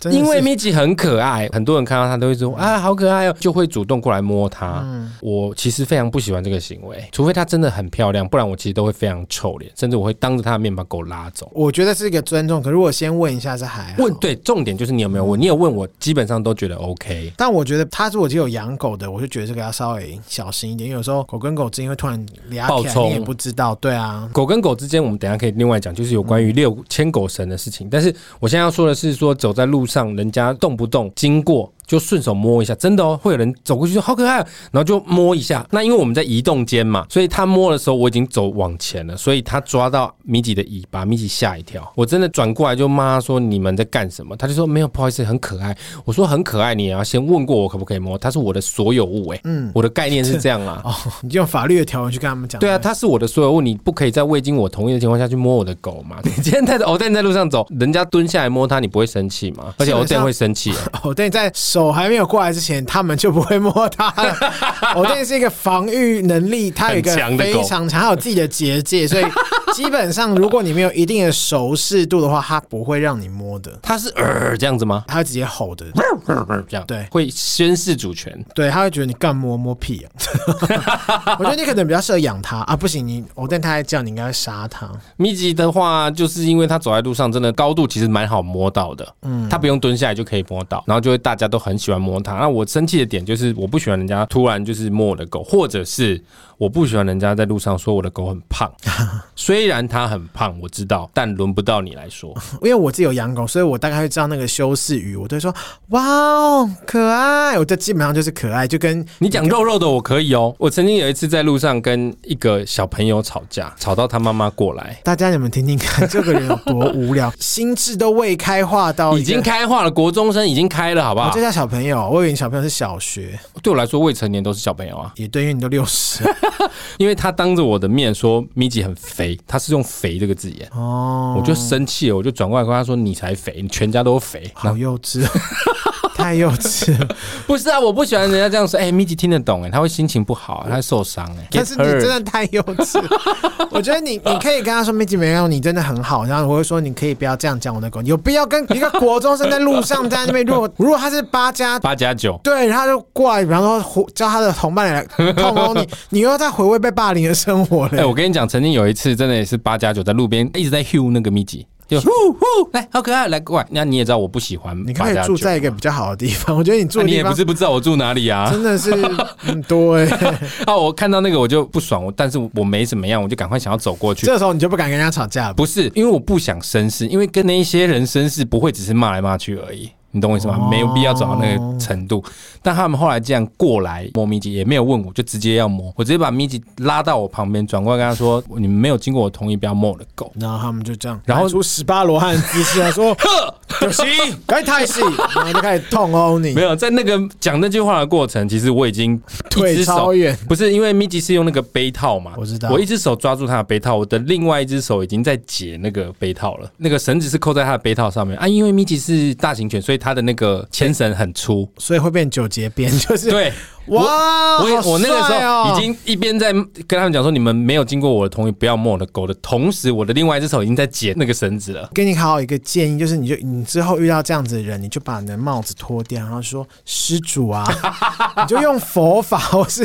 Speaker 3: 真的
Speaker 2: 因为
Speaker 3: 是
Speaker 2: 米奇很可爱，很多人看到它都会说啊，好可爱哦，就会主动过来摸它。
Speaker 3: 嗯
Speaker 2: 我其实非常不喜欢这个行为，除非它真的很漂亮，不然我其实都会非常臭脸，甚至我会当着它的面把狗拉走。
Speaker 3: 我觉得是一个尊重，可如果先问一下是还好
Speaker 2: 问。对，重点就是你有没有问，你有问我，基本上都觉得 OK。
Speaker 3: 但我觉得他如果只有养狗的，我就觉得这个要稍微小心一点，因为有时候狗跟狗之间会突然俩
Speaker 2: 爆
Speaker 3: 起来，
Speaker 2: 冲
Speaker 3: 你也不知道。对啊，
Speaker 2: 狗跟狗之间，我们等一下可以另外讲，就是有关于遛牵狗绳的事情。但是我现在要说的是说走在路上，人家动不动经过就顺手摸一下，真的哦，会有人走过去说好可爱哦，然后就摸一下。那因为我们在移动间嘛，所以他摸的时候我已经走往前了，所以他抓到米奇的尾巴，米奇吓一跳。我真的转过来就骂他说你们在干什么？他就说没有，不好意思，很可爱。我说很可爱，你也要先问过我可不可以摸，它是我的所有物、欸，嗯，我的概念是这样啊啦。
Speaker 3: 哦，你就用法律的条文去跟他们讲。
Speaker 2: 对啊，，它是我的所有物，你不可以在未经我同意的情况下去摸我的狗嘛？ 你今天带着偶蛋在路上走，人家蹲下来摸它，你不会生气吗？而且偶蛋会生气耶、
Speaker 3: 偶哦对，在手还没有过来之前，他们就不会摸它 了。偶对是一个防御能力，它有一个
Speaker 2: 很强的
Speaker 3: 非
Speaker 2: 狗
Speaker 3: 常强，它有自己的结界，所以基本上如果你没有一定的熟视度的话，它不会让你摸的，
Speaker 2: 它是呃这样子吗？呃
Speaker 3: 它会直接吼的。
Speaker 2: 这样
Speaker 3: 对
Speaker 2: 会宣示主权。
Speaker 3: 对，它会觉得你干摸摸屁啊！ 我觉得你可能比较适合养它啊，不行，你偶对它还叫你应该杀它。
Speaker 2: 米奇的话，就是因为它走在路上，真的高度其实蛮好摸到的，嗯，它不用蹲下来就可以摸到，然后就会大家都很喜欢摸它。那我生气的点就是，我不喜欢人家突然就是摸我的狗，或者是我不喜欢人家在路上说我的狗很胖，虽然它很胖，我知道，但轮不到你来说。
Speaker 3: 因为我自己有养狗，所以我大概会知道那个修饰语，我都会说哇哦可爱，我这基本上就是可爱，就跟
Speaker 2: 你讲肉肉的我可以哦。我曾经有一次在路上跟一个小朋友吵架，吵到他妈妈过来，
Speaker 3: 大家你们听听看，这个人有多无聊，心智都未开化到一个
Speaker 2: 已经。开化了，国中生已经开了，好不
Speaker 3: 我
Speaker 2: 好
Speaker 3: 哦这？叫小朋友，我以为你小朋友是小学，
Speaker 2: 对我来说，未成年都是小朋友啊，
Speaker 3: 也对，因为你都六十
Speaker 2: 因为他当着我的面说米吉很肥，他是用“肥”这个字眼，
Speaker 3: 哦，
Speaker 2: 我就生气了，我就转过来跟他说：“你才肥，你全家都肥。”
Speaker 3: 好幼稚， 太幼稚了。
Speaker 2: 不是啊，我不喜欢人家这样说。哎、米吉听得懂哎，他会心情不好，他会受伤哎。
Speaker 3: 但是你
Speaker 2: Get hurt
Speaker 3: 真的太幼稚了，我觉得你你可以跟他说妹姐没有，你真的很好。然后我会说你可以不要这样讲我的狗，有必要跟一个国中生在路上在那边， 如果如果他是八加
Speaker 2: 八加九，
Speaker 3: 对，然后就过来，比方说呼叫他的同伴来痛殴你，你又在回味被霸凌的生活
Speaker 2: 哎、
Speaker 3: 了。
Speaker 2: 我跟你讲，曾经有一次真的也是八加九，在路边一直在 hue 那个米吉，就呼呼来，好可爱，来过来。那你也知道我不喜欢
Speaker 3: 你
Speaker 2: 八
Speaker 3: 可以
Speaker 2: 加
Speaker 3: 住
Speaker 2: 九，
Speaker 3: 在一个比较好的地方，我觉得你住
Speaker 2: 啊
Speaker 3: 的
Speaker 2: 你
Speaker 3: 地
Speaker 2: 也
Speaker 3: 方
Speaker 2: 不是不知道我住哪里啊。
Speaker 3: 真的是很 多哎、
Speaker 2: 啊，我看到那个我就不爽，我但是我没怎么样，我就赶快想要走过去。
Speaker 3: 这时候你就不敢跟人家吵架了。
Speaker 2: 不是因为我不想绅士，因为跟那一些人绅士不会只是骂来骂去而已，你懂我意思吗？
Speaker 3: 哦
Speaker 2: 没有必要走到那个程度。但他们后来这样过来摸咪吉，也没有问我，就直接要摸，我直接把咪吉拉到我旁边，转过来跟他说：“你们没有经过我同意，不要摸我的狗。”
Speaker 3: 然后他们就这样，
Speaker 2: 然后
Speaker 3: 摆出十八罗汉姿势，他 啊说：“可惜，该太细。”然后就开始痛殴你
Speaker 2: 没，有，在那个讲那句话的过程，其实我已经一
Speaker 3: 腿
Speaker 2: 只手
Speaker 3: 超远。
Speaker 2: 不是因为咪吉是用那个杯套嘛，
Speaker 3: 我知道
Speaker 2: 我一只手抓住他的杯套，我的另外一只手已经在解那个杯套了，那个绳子是扣在他的杯套上面啊。因为咪吉是大型犬，所以他的那个牵绳很粗。
Speaker 3: 所以会变九节 鞭，就是
Speaker 2: 对，
Speaker 3: 哇，
Speaker 2: 我也
Speaker 3: 好
Speaker 2: 我那个时
Speaker 3: 帅哦
Speaker 2: 候已经一边在跟他们讲说，你们没有经过我的同意，不要摸我的狗的同时，我的另外一只手已经在解那个绳子了。
Speaker 3: 给你好好一个建议，就是你就你之后遇到这样子的人，你就把你的帽子脱掉，然后说施 主啊，你就用佛法，或是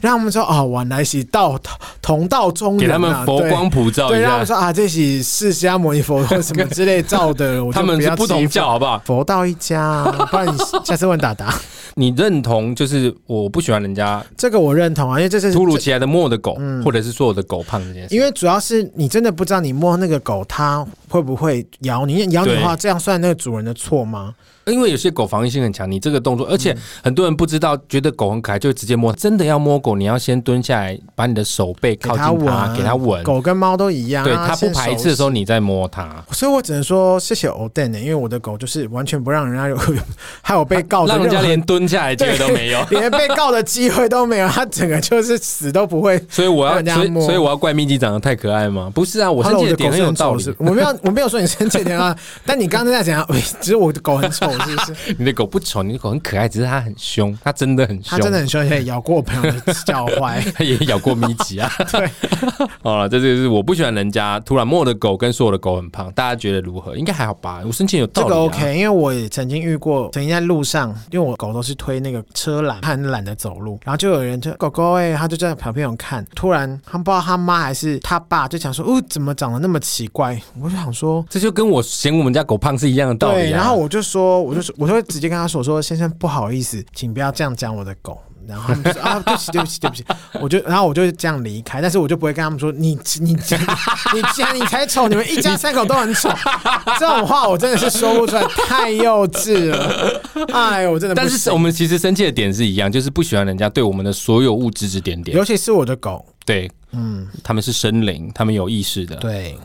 Speaker 3: 让他们说哦，我来是道同道中
Speaker 2: 给
Speaker 3: 人、
Speaker 2: 他
Speaker 3: 啊，
Speaker 2: 们佛
Speaker 3: 对
Speaker 2: 光普照
Speaker 3: 对，
Speaker 2: 一
Speaker 3: 让他
Speaker 2: 下
Speaker 3: 们，说啊，这是释迦牟尼佛或什么之类造 的，我就
Speaker 2: 他们
Speaker 3: 不
Speaker 2: 是
Speaker 3: 要
Speaker 2: 不
Speaker 3: 欺
Speaker 2: 同
Speaker 3: 负
Speaker 2: 教，好不好？
Speaker 3: 佛道一家啊，不然你下次问达达，
Speaker 2: 你认同就是我不喜欢人家
Speaker 3: 这个我认同啊，因为这是
Speaker 2: 突如其来的摸我的狗，或者是说我的狗胖这件事。
Speaker 3: 因为主要是你真的不知道你摸那个狗，它会不会咬你？因为咬你的话，这样算那个主人的错吗？
Speaker 2: 因为有些狗防御性很强，你这个动作，而
Speaker 3: 嗯
Speaker 2: 且很多人不知道，觉得狗很可爱就会直接摸。真的要摸狗，你要先蹲下来，把你的手背靠近它，给它闻。
Speaker 3: 狗跟猫都一样、啊，
Speaker 2: 对它不
Speaker 3: 先
Speaker 2: 排斥的时
Speaker 3: 熟
Speaker 2: 候，你再摸它，
Speaker 3: 悉。所以我只能说谢谢欧蛋呢，因为我的狗就是完全不让人家有， 害我被告的
Speaker 2: 让人
Speaker 3: 任
Speaker 2: 家
Speaker 3: 何。
Speaker 2: 连蹲下来机会都没有
Speaker 3: 连被告的机会都没有，它整个就是死都不会。
Speaker 2: 所以我
Speaker 3: 让
Speaker 2: 要，
Speaker 3: 人家
Speaker 2: 所以
Speaker 3: 摸
Speaker 2: 所以我要怪咪吉长得太可爱吗？不是啊，我生
Speaker 3: Hello，
Speaker 2: 气的
Speaker 3: 的
Speaker 2: 点
Speaker 3: 狗
Speaker 2: 很
Speaker 3: 是
Speaker 2: 有
Speaker 3: 很
Speaker 2: 道
Speaker 3: 丑，
Speaker 2: 理
Speaker 3: 是。不是我没有我没有说你 生气的点啊，但你刚刚在讲，只是我的狗很丑，是不是？
Speaker 2: 你的狗不丑，你的狗很可爱，只是它很凶，它真的很凶，
Speaker 3: 它真的很凶，而且咬过我朋友的脚 踝。
Speaker 2: 它也咬过咪吉啊。
Speaker 3: 对，
Speaker 2: 好了，这就是我不喜欢人家突然摸我的狗跟说我的狗很胖，大家觉得如何？应该还好吧？我生气有道
Speaker 3: 这
Speaker 2: 理、啊。
Speaker 3: 个 OK，因为我也曾经遇过，曾经在路上，因为我狗都是推那个车篮，它很懒得走路，然后就有人就狗狗哎、欸，它就在旁边有看，突然他不知道他妈还是他爸就想说，哦，怎么长得那么奇怪？我就想说。
Speaker 2: 这就跟我嫌我们家狗胖是一样的道理、啊。
Speaker 3: 对，然后我就说，我就说我就会直接跟他说，我说先生不好意思，请不要这样讲我的狗。然后他们就说啊，对不起，对不起，对不起，我就然后我就这样离开，但是我就不会跟他们说你你你你家你才丑，你们一家三口都很丑，这种话我真的是说不出来，太幼稚了，哎呦，我真的不
Speaker 2: 但
Speaker 3: 行
Speaker 2: 是我们其实生气的点是一样，就是不喜欢人家对我们的所有物指指点点
Speaker 3: 尤。其是我的狗，
Speaker 2: 对，嗯，他们是生灵，他们有意识的。
Speaker 3: 对，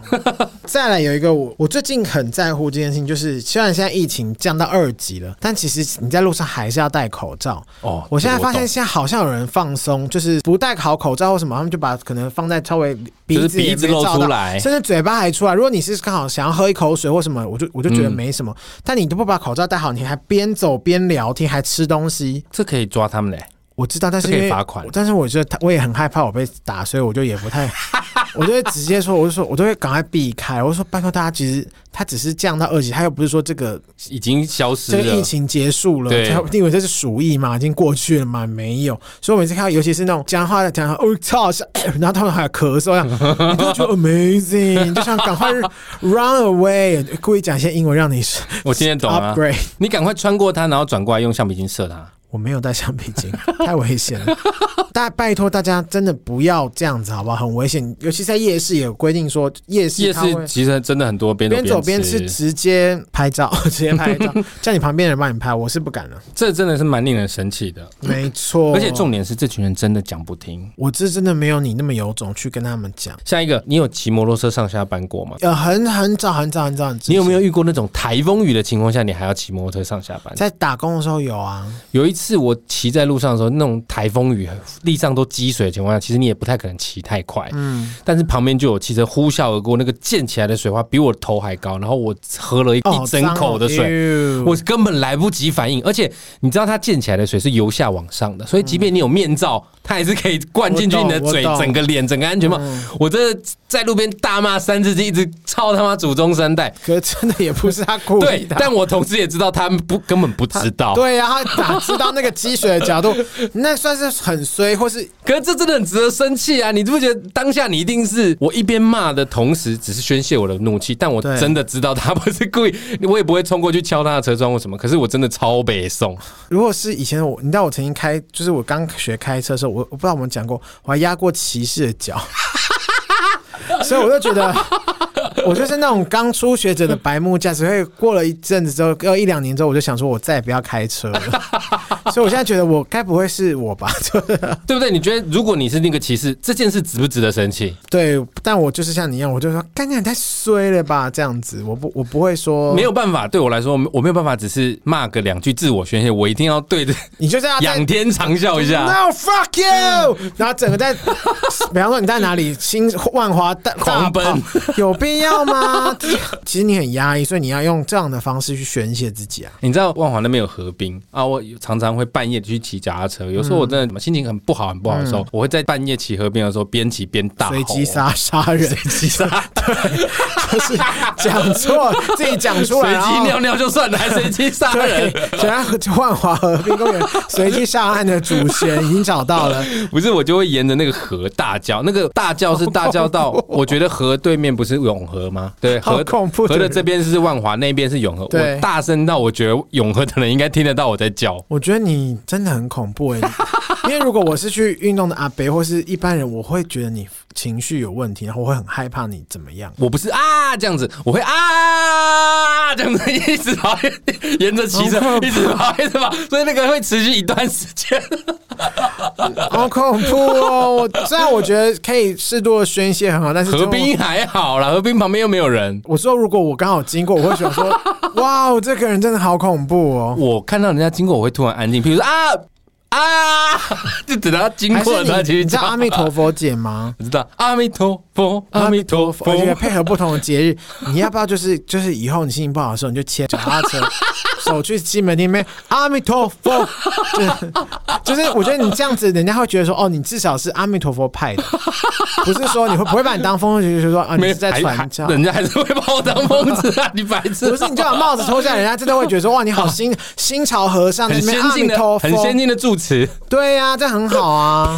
Speaker 3: 再来有一个我我最近很在乎这件事情，就是虽然现在疫情降到二级了，但其实你在路上还是要戴口罩。
Speaker 2: 哦
Speaker 3: 我现在发现
Speaker 2: 这
Speaker 3: 现在好像有人放松，就是不戴好口罩或什么，他们就把可能放在稍微鼻
Speaker 2: 就是
Speaker 3: 子也
Speaker 2: 鼻子
Speaker 3: 没
Speaker 2: 露
Speaker 3: 照
Speaker 2: 出
Speaker 3: 到
Speaker 2: 来
Speaker 3: 甚至嘴巴还出来。如果你是刚好想要喝一口水或什么，我就我就觉得没什么。但你都不把口罩戴好，你还边走边聊天，还吃东西。
Speaker 2: 这可以抓他们嘞。
Speaker 3: 我知道，但是
Speaker 2: 这可以
Speaker 3: 因为
Speaker 2: 罚款
Speaker 3: 但是我觉得他我也很害怕我被打，所以我就也不太， 我就会直接说，我就说，我就会赶快避开。我就说，拜托大家，其实他只是降到二级，他又不是说这个
Speaker 2: 已经消失
Speaker 3: 这
Speaker 2: 了。
Speaker 3: 个疫情结束了，
Speaker 2: 对
Speaker 3: 他因为这是鼠疫嘛，已经过去了嘛，没有。所以我每次看到，尤其是那种讲话讲话，哦操，是 然后他们还有咳嗽， 你就觉得 amazing，你就想赶快 run away，故意讲一些英文让你
Speaker 2: 我今天懂啊，
Speaker 3: upgrade。
Speaker 2: 你赶快穿过它，然后转过来用橡皮筋射它。
Speaker 3: 我没有带橡皮 筋，太危险了。大拜托大家，真的不要这样子，好不好？很危险，尤其在夜市也有规定说，夜市
Speaker 2: 夜
Speaker 3: 它会
Speaker 2: 市其实真的很多边
Speaker 3: 边走边
Speaker 2: 边
Speaker 3: 吃，直接拍照， 直接拍照，叫你旁边人帮你拍，我是不敢了。
Speaker 2: 这真的是蛮令人生气的。
Speaker 3: 没错，
Speaker 2: 而且重点是，这群人真的讲不听。
Speaker 3: 我这真的没有你那么有种去跟他们讲。
Speaker 2: 下一个，你有骑摩托车上下班过吗？
Speaker 3: 呃，很很早很早很早很早，
Speaker 2: 你有没有遇过那种台风雨的情况下，你还要骑摩托车上下班？
Speaker 3: 在打工的时候有啊？
Speaker 2: 有一次我骑在路上的时候，那种台风雨，地上都积水的情况下，其实你也不太可能骑太快。
Speaker 3: 嗯，
Speaker 2: 但是旁边就有汽车呼啸而过，那个溅起来的水花比我头还高，然后我喝了一,、
Speaker 3: 哦，
Speaker 2: 一整口的水。
Speaker 3: 水
Speaker 2: 我根本来不及反应，而且你知道它溅起来的水是由下往上的，所以即便你有面罩，它还是可以灌进去你的
Speaker 3: 我懂嗯
Speaker 2: 嘴
Speaker 3: 我懂、
Speaker 2: 整个脸、整个安全帽。我这在路边大骂三字经，一直操他妈祖宗三代。
Speaker 3: 可是真的也不是他故
Speaker 2: 对
Speaker 3: 意，的。
Speaker 2: 但我同时也知道他们不根本不知道。，
Speaker 3: 对呀、他哪知道那个积水的角度， 那算是很衰，或是
Speaker 2: 可是这真的很值得生气啊！你不觉得当下你一定是我一边骂的同时，只是宣泄我的怒气，但我
Speaker 3: 对
Speaker 2: 真的知道他不是故意，我也不会冲过去敲他的车窗或什么。可是我真的超北宋，
Speaker 3: 如果是以前我，你知道我曾经开，就是我刚学开车的时候，我我不知道我们讲过，我还压过骑士的脚， 所以我就觉得。我就是那种刚初学者的白目驾驶，所以过了一阵子之后，过一两年之后，我就想说，我再也不要开车了。 所以我现在觉得，我该不会是我吧？ 就是
Speaker 2: 对不对？你觉得如果你是那个骑士，这件事值不值得生气？
Speaker 3: 对，但我就是像你一样，我就说，干干太衰了吧，这样子，我不，我不会说
Speaker 2: 没有，办法，对我来说，我没我没有办法，只是骂个两句自我宣泄，我一定要对着
Speaker 3: 你就是要在
Speaker 2: 仰天长啸 一下。嗯
Speaker 3: No fuck you！然后整个在， 比方说你在哪里新万华大
Speaker 2: 狂奔，
Speaker 3: 大跑有必要吗？ 其实你很压抑，所以你要用这样的方式去宣泄自己啊。
Speaker 2: 你知道万华那边有河滨啊，我常常会半夜去骑脚踏车，有时候我真的什么心情很不好、很不好的时候，我会在半夜骑河边的时候边骑边大吼
Speaker 3: 嗯随机杀杀人，
Speaker 2: 随机 杀，
Speaker 3: 就是讲错，自己讲出来，
Speaker 2: 随
Speaker 3: 然
Speaker 2: 机尿
Speaker 3: 后
Speaker 2: 尿就算了，还随机杀人。
Speaker 3: 对，想要万华河滨公园随机杀案的主嫌已经找到了，
Speaker 2: 不是，我就会沿着那个河大叫，那个大叫是大叫 到，我觉得河对面不是永和吗？对，
Speaker 3: 好
Speaker 2: 河
Speaker 3: 恐怖的
Speaker 2: 河的
Speaker 3: 人
Speaker 2: 这边是万华，那边是永和。
Speaker 3: 对
Speaker 2: 我大声到我觉得永和的人应该听得到我在叫。
Speaker 3: 我觉得你真的很恐怖哎、因为如果我是去运动的阿伯或是一般人，我会觉得你情绪有问题，然后我会很害怕你怎么样。
Speaker 2: 我不是啊这样子，我会啊这样子一直跑，沿着骑车
Speaker 3: 好可怕
Speaker 2: 一直跑一直跑，所以那个会持续一段时间。
Speaker 3: 好恐怖哦！我虽然我觉得可以适度的宣泄很好，但是
Speaker 2: 河
Speaker 3: 真的
Speaker 2: 滨还好啦，河滨旁边又没有人。
Speaker 3: 我，我说如果我刚好经过，我会想说，哇，哦，这个人真的好恐怖哦。
Speaker 2: 我看到人家经过，我会突然安静，譬如说啊啊， 就等到他经
Speaker 3: 还
Speaker 2: 过
Speaker 3: 是
Speaker 2: 了，他
Speaker 3: 你
Speaker 2: 其实
Speaker 3: 你知道阿弥陀佛姐吗？
Speaker 2: 我知道阿弥陀佛，阿弥陀佛
Speaker 3: 而。且配合不同的节日， 你要不要就是就是以后你心情不好的时候，你就牵脚踏 车，手去西门町那边阿弥陀佛， 就是就是我觉得你这样子，人家会觉得说哦，你至少是阿弥陀佛派的，不是说你会不会把你当风，就是说啊你
Speaker 2: 没
Speaker 3: 是在
Speaker 2: 还还
Speaker 3: 传教，
Speaker 2: 人家还是会把我当疯子啊！你白痴，
Speaker 3: 不是，你就把帽子脱下来，人家真的会觉得说哇，你好新新潮和尚，
Speaker 2: 很
Speaker 3: 你们
Speaker 2: 先
Speaker 3: 阿弥
Speaker 2: 进
Speaker 3: 陀
Speaker 2: 的、
Speaker 3: 佛，
Speaker 2: 很先进的祝词。
Speaker 3: 对呀、这很好啊。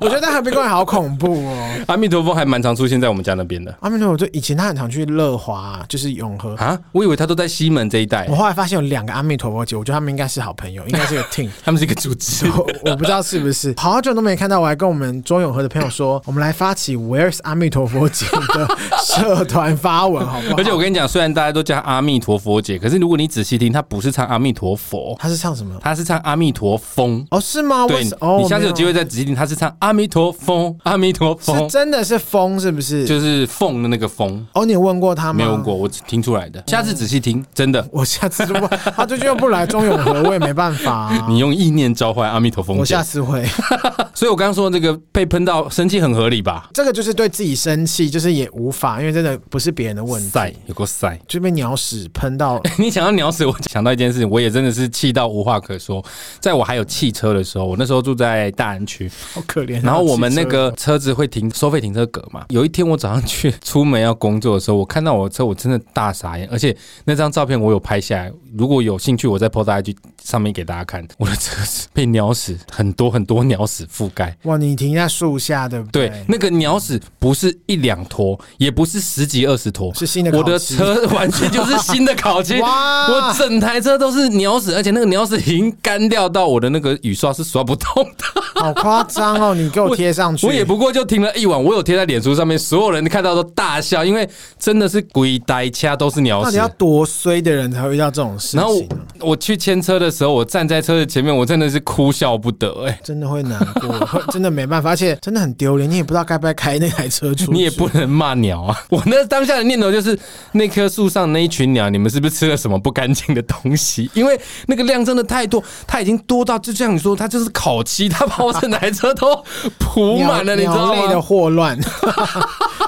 Speaker 3: 我觉得河滨公园好恐怖哦。
Speaker 2: 阿弥陀佛还蛮常出现在我们家那边的
Speaker 3: 阿弥陀佛，就以前他很常去乐华、就是永和。
Speaker 2: 啊！我以为他都在西门这一带
Speaker 3: 我，后来发现有两个阿弥陀佛节，我觉得他们应该是好朋友，应该是个 team。
Speaker 2: 他们是一个组织。
Speaker 3: 我我不知道是不是，好久都没看到，我还跟我们周永和的朋友说，我们来发起 Where's 阿弥陀佛节 的社团发文，好不好？
Speaker 2: 而且我跟你讲，虽然大家都叫阿弥陀佛姐，可是如果你仔细听，她不是唱阿弥陀佛，
Speaker 3: 他是唱什么？
Speaker 2: 她是唱阿弥陀风。
Speaker 3: 哦，是吗？
Speaker 2: 对，
Speaker 3: 为什哦，
Speaker 2: 你下次有机
Speaker 3: 会
Speaker 2: 会再仔细听，她是唱阿弥陀风，阿弥陀
Speaker 3: 是
Speaker 2: 风，
Speaker 3: 真的是风，是不是？
Speaker 2: 就是凤的那个风。
Speaker 3: 哦，你有问过他吗？
Speaker 2: 没有问过，我只听出来的。下次仔细听，真的，
Speaker 3: 我下次如果他最近又不来中永和，我也没办法、啊。
Speaker 2: 你用意念召唤阿弥陀风
Speaker 3: 我
Speaker 2: 姐
Speaker 3: 下。次会，
Speaker 2: 所以我刚刚说那个被喷到生气很合理吧？
Speaker 3: 这个就是对自己生气，就是也无法，因为真的不是别人的问
Speaker 2: 塞
Speaker 3: 题，，
Speaker 2: 有够塞。
Speaker 3: 就被鸟屎喷到。
Speaker 2: 你想要鸟死我，想到一件事情，我也真的是气到无话可说。在我还有汽车的时候，我那时候住在大安区，
Speaker 3: 好可怜啊。
Speaker 2: 然后我们那
Speaker 3: 汽车
Speaker 2: 个车子会停 收费停车格嘛。有一天我早上去 出门要工作的时候，我看到我的车，我真的大傻眼。而且那张照片我有拍下来，如果有兴趣，我再 PO 到 IG 上面给大家看。 我的车子被鸟屎很多很多鸟屎覆盖。
Speaker 3: 哇，你停在树下，对不
Speaker 2: 对，那个鸟屎不是一两坨，也不是十几二十坨，
Speaker 3: 是新的烤
Speaker 2: 我的
Speaker 3: 漆
Speaker 2: 车 完全就是新的烤漆，
Speaker 3: 哇
Speaker 2: 我整台车都是鸟屎，而且那个鸟屎已经干掉到我的那个雨刷是刷不动的。
Speaker 3: 好夸张 哦！你给我贴上去，
Speaker 2: 我也不过就停了一晚，我有贴在脸书上面，所有人看到都大笑，因为真的是鬼呆掐都是鸟
Speaker 3: 到底
Speaker 2: 屎
Speaker 3: 要。多衰的人才会遇到这种事情、
Speaker 2: 然
Speaker 3: 啊
Speaker 2: 后？我我去牵车的时候，我站在车的前面，我真的是哭笑不得哎、
Speaker 3: 真的会难过，会真的没办 法，而且真的很丢脸，你也不知道该不该开那台车出去。
Speaker 2: 你也不能骂鸟啊！ 我那当下的念头就是，那棵树上那一群鸟，你们是不是吃了什么不干净的东西？ 因为那个量真的太多，它已经多到就像你说，它就是烤漆，它把我整台车都铺
Speaker 3: 鸟
Speaker 2: 满了，你知道
Speaker 3: 鸟类的
Speaker 2: 吗？
Speaker 3: 霍乱，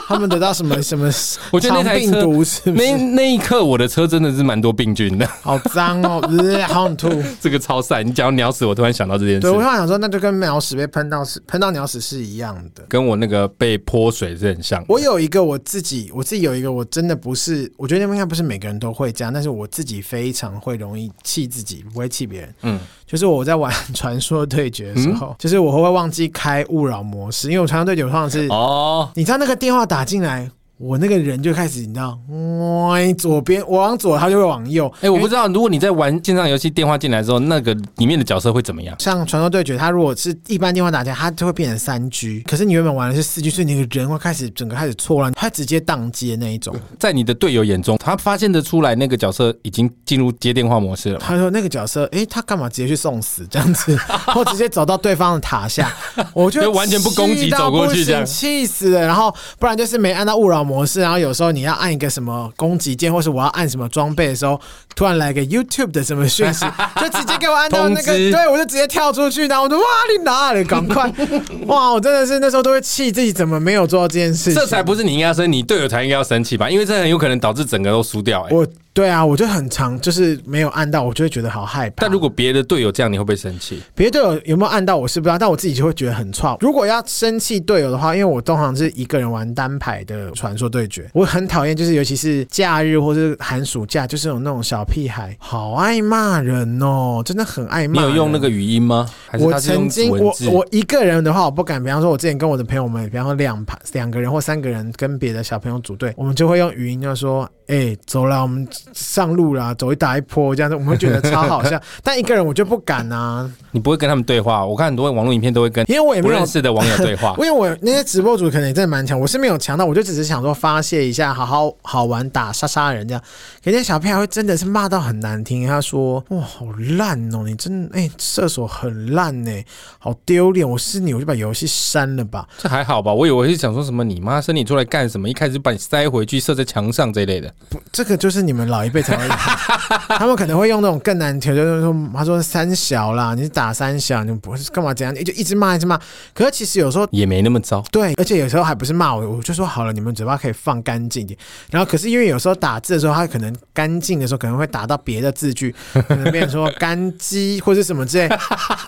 Speaker 3: 他们得到什么什么
Speaker 2: 我觉得那
Speaker 3: 肠
Speaker 2: 台
Speaker 3: 病
Speaker 2: 车
Speaker 3: 毒是不
Speaker 2: 那
Speaker 3: 是？
Speaker 2: 那一刻，我的车真的是蛮多病菌的，
Speaker 3: 好脏哦，呃好 想吐。
Speaker 2: 这个超晒。你讲到鸟屎，我突然想到这件
Speaker 3: 对，我突
Speaker 2: 事，
Speaker 3: 然想说，那就跟鸟屎被喷到是喷到鸟屎是一样的。
Speaker 2: 跟我那个被泼水是很像的。
Speaker 3: 我有一个我自己，我自己有一个我真的不是，我觉得应该不是每个人都会这样，但是我自己非常会容易气自己，不会气别人。
Speaker 2: 嗯，
Speaker 3: 就是我在玩传说对决的时候，就是我会忘记开勿扰模式，因为我传说对决通常是，
Speaker 2: 哦，
Speaker 3: 你知道那个电话打进来。我那个人就开始，你知道， 嗯左边我往左，他就会往右。
Speaker 2: 哎、我不知道，如果你在玩线上游戏，电话进来之后，那个里面的角色会怎么样？
Speaker 3: 像传说对决，它如果是一般电话打架，它就会变成三 G。可是你原本玩的是四 G，所以你的人会开始整个开始错乱，它直接宕机的那一种。
Speaker 2: 在你的队友眼中，他发现得出来那个角色已经进入接电话模式了吗。
Speaker 3: 他说那个角色，诶，他干嘛直接去送死这 样子，或直接走到对方的塔下？我就
Speaker 2: 就完全不攻击
Speaker 3: 气到
Speaker 2: 走过
Speaker 3: 不
Speaker 2: 去这样
Speaker 3: 行气死了。然后不然就是没按到勿扰模式，然后有时候你要按一个什么攻击键，或是我要按什么装备的时候，突然来个 YouTube 的什么讯 息，就直接给我按到那个，
Speaker 2: 通知
Speaker 3: 对我就直接跳出去，然后我就哇你哪里，赶 快！哇，我真的是那时候都会气自己怎么没有做到这件事情，
Speaker 2: 这才不是你应该要生气，你队友才应该要生气吧？因为这很有可能导致整个都输掉、哎，
Speaker 3: 我对啊，我就很常就是没有按到，我就会觉得好害怕。
Speaker 2: 但如果别的队友这样，你会不会生气？
Speaker 3: 别的队友有没有按到我是不知啊道，但我自己就会觉得很差。如果要生气队友的话，因为我通常是一个人玩单排的传说对决，我很讨厌，就是尤其是假日或是寒暑假，就是有那种小屁孩，好爱骂人哦，真的很爱
Speaker 2: 你
Speaker 3: 骂人。
Speaker 2: 有用那个语音吗？还是
Speaker 3: 我
Speaker 2: 他是用
Speaker 3: 曾经，
Speaker 2: 文
Speaker 3: 我
Speaker 2: 字？
Speaker 3: 我一个人的话，我不敢。比方说，我之前跟我的朋友们，比方说两排两个人或三个人跟别的小朋友组队，我们就会用语音就说：“哎、走了，我们上路啦，走一打一波这样子。”我们会觉得超好笑。 但一个人我就不敢啊，
Speaker 2: 你不会跟他们对话？哦我看很多网络影片都会跟
Speaker 3: 因为我也
Speaker 2: 不
Speaker 3: 没有
Speaker 2: 认识的网友对话
Speaker 3: 因。为我那些直播主可能也真的蛮强，我是没有强到，我就只是想说发泄一下，好好好玩打杀杀人这样。可那些小屁孩会真的是骂到很难听，他说：“哇，好烂哦，你真哎、射手很烂呢、好丢脸！我是你，我就把游戏删了吧。
Speaker 2: 这还好吧？我以为是想说什么你妈生你出来干什么？一开始就把你塞回去，射在墙上这一类的。”
Speaker 3: 这个就是你们老一辈才会用的，他们可能会用那种更难听，就是说他说三小啦，你打三小，你不是干嘛怎样，就一直骂一直骂。可是其实有时候
Speaker 2: 也没那么 糟。
Speaker 3: 对，而且有时候还不是骂我，我就说好了，你们嘴巴可以放干净一点。然后可是因为有时候打字的时候，他可能干净的时候可能会打到别的字句，可能变成说干鸡或者什么之类。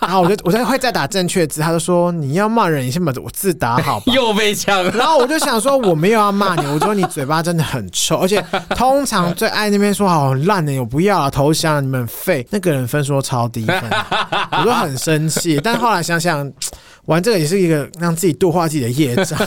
Speaker 3: 然后我就我就会再打正确字，他就说你要骂人，你先把我字打好 吧。
Speaker 2: 又被抢了，
Speaker 3: 然后我就想说，我没有要骂你，我说你嘴巴真的很臭，而且通常最爱那边说好烂的，我不要了，投降，你们很废。那个人分数都超低分，我就很生气。但后来想想，玩这个也是一个让自己度化自己的业障。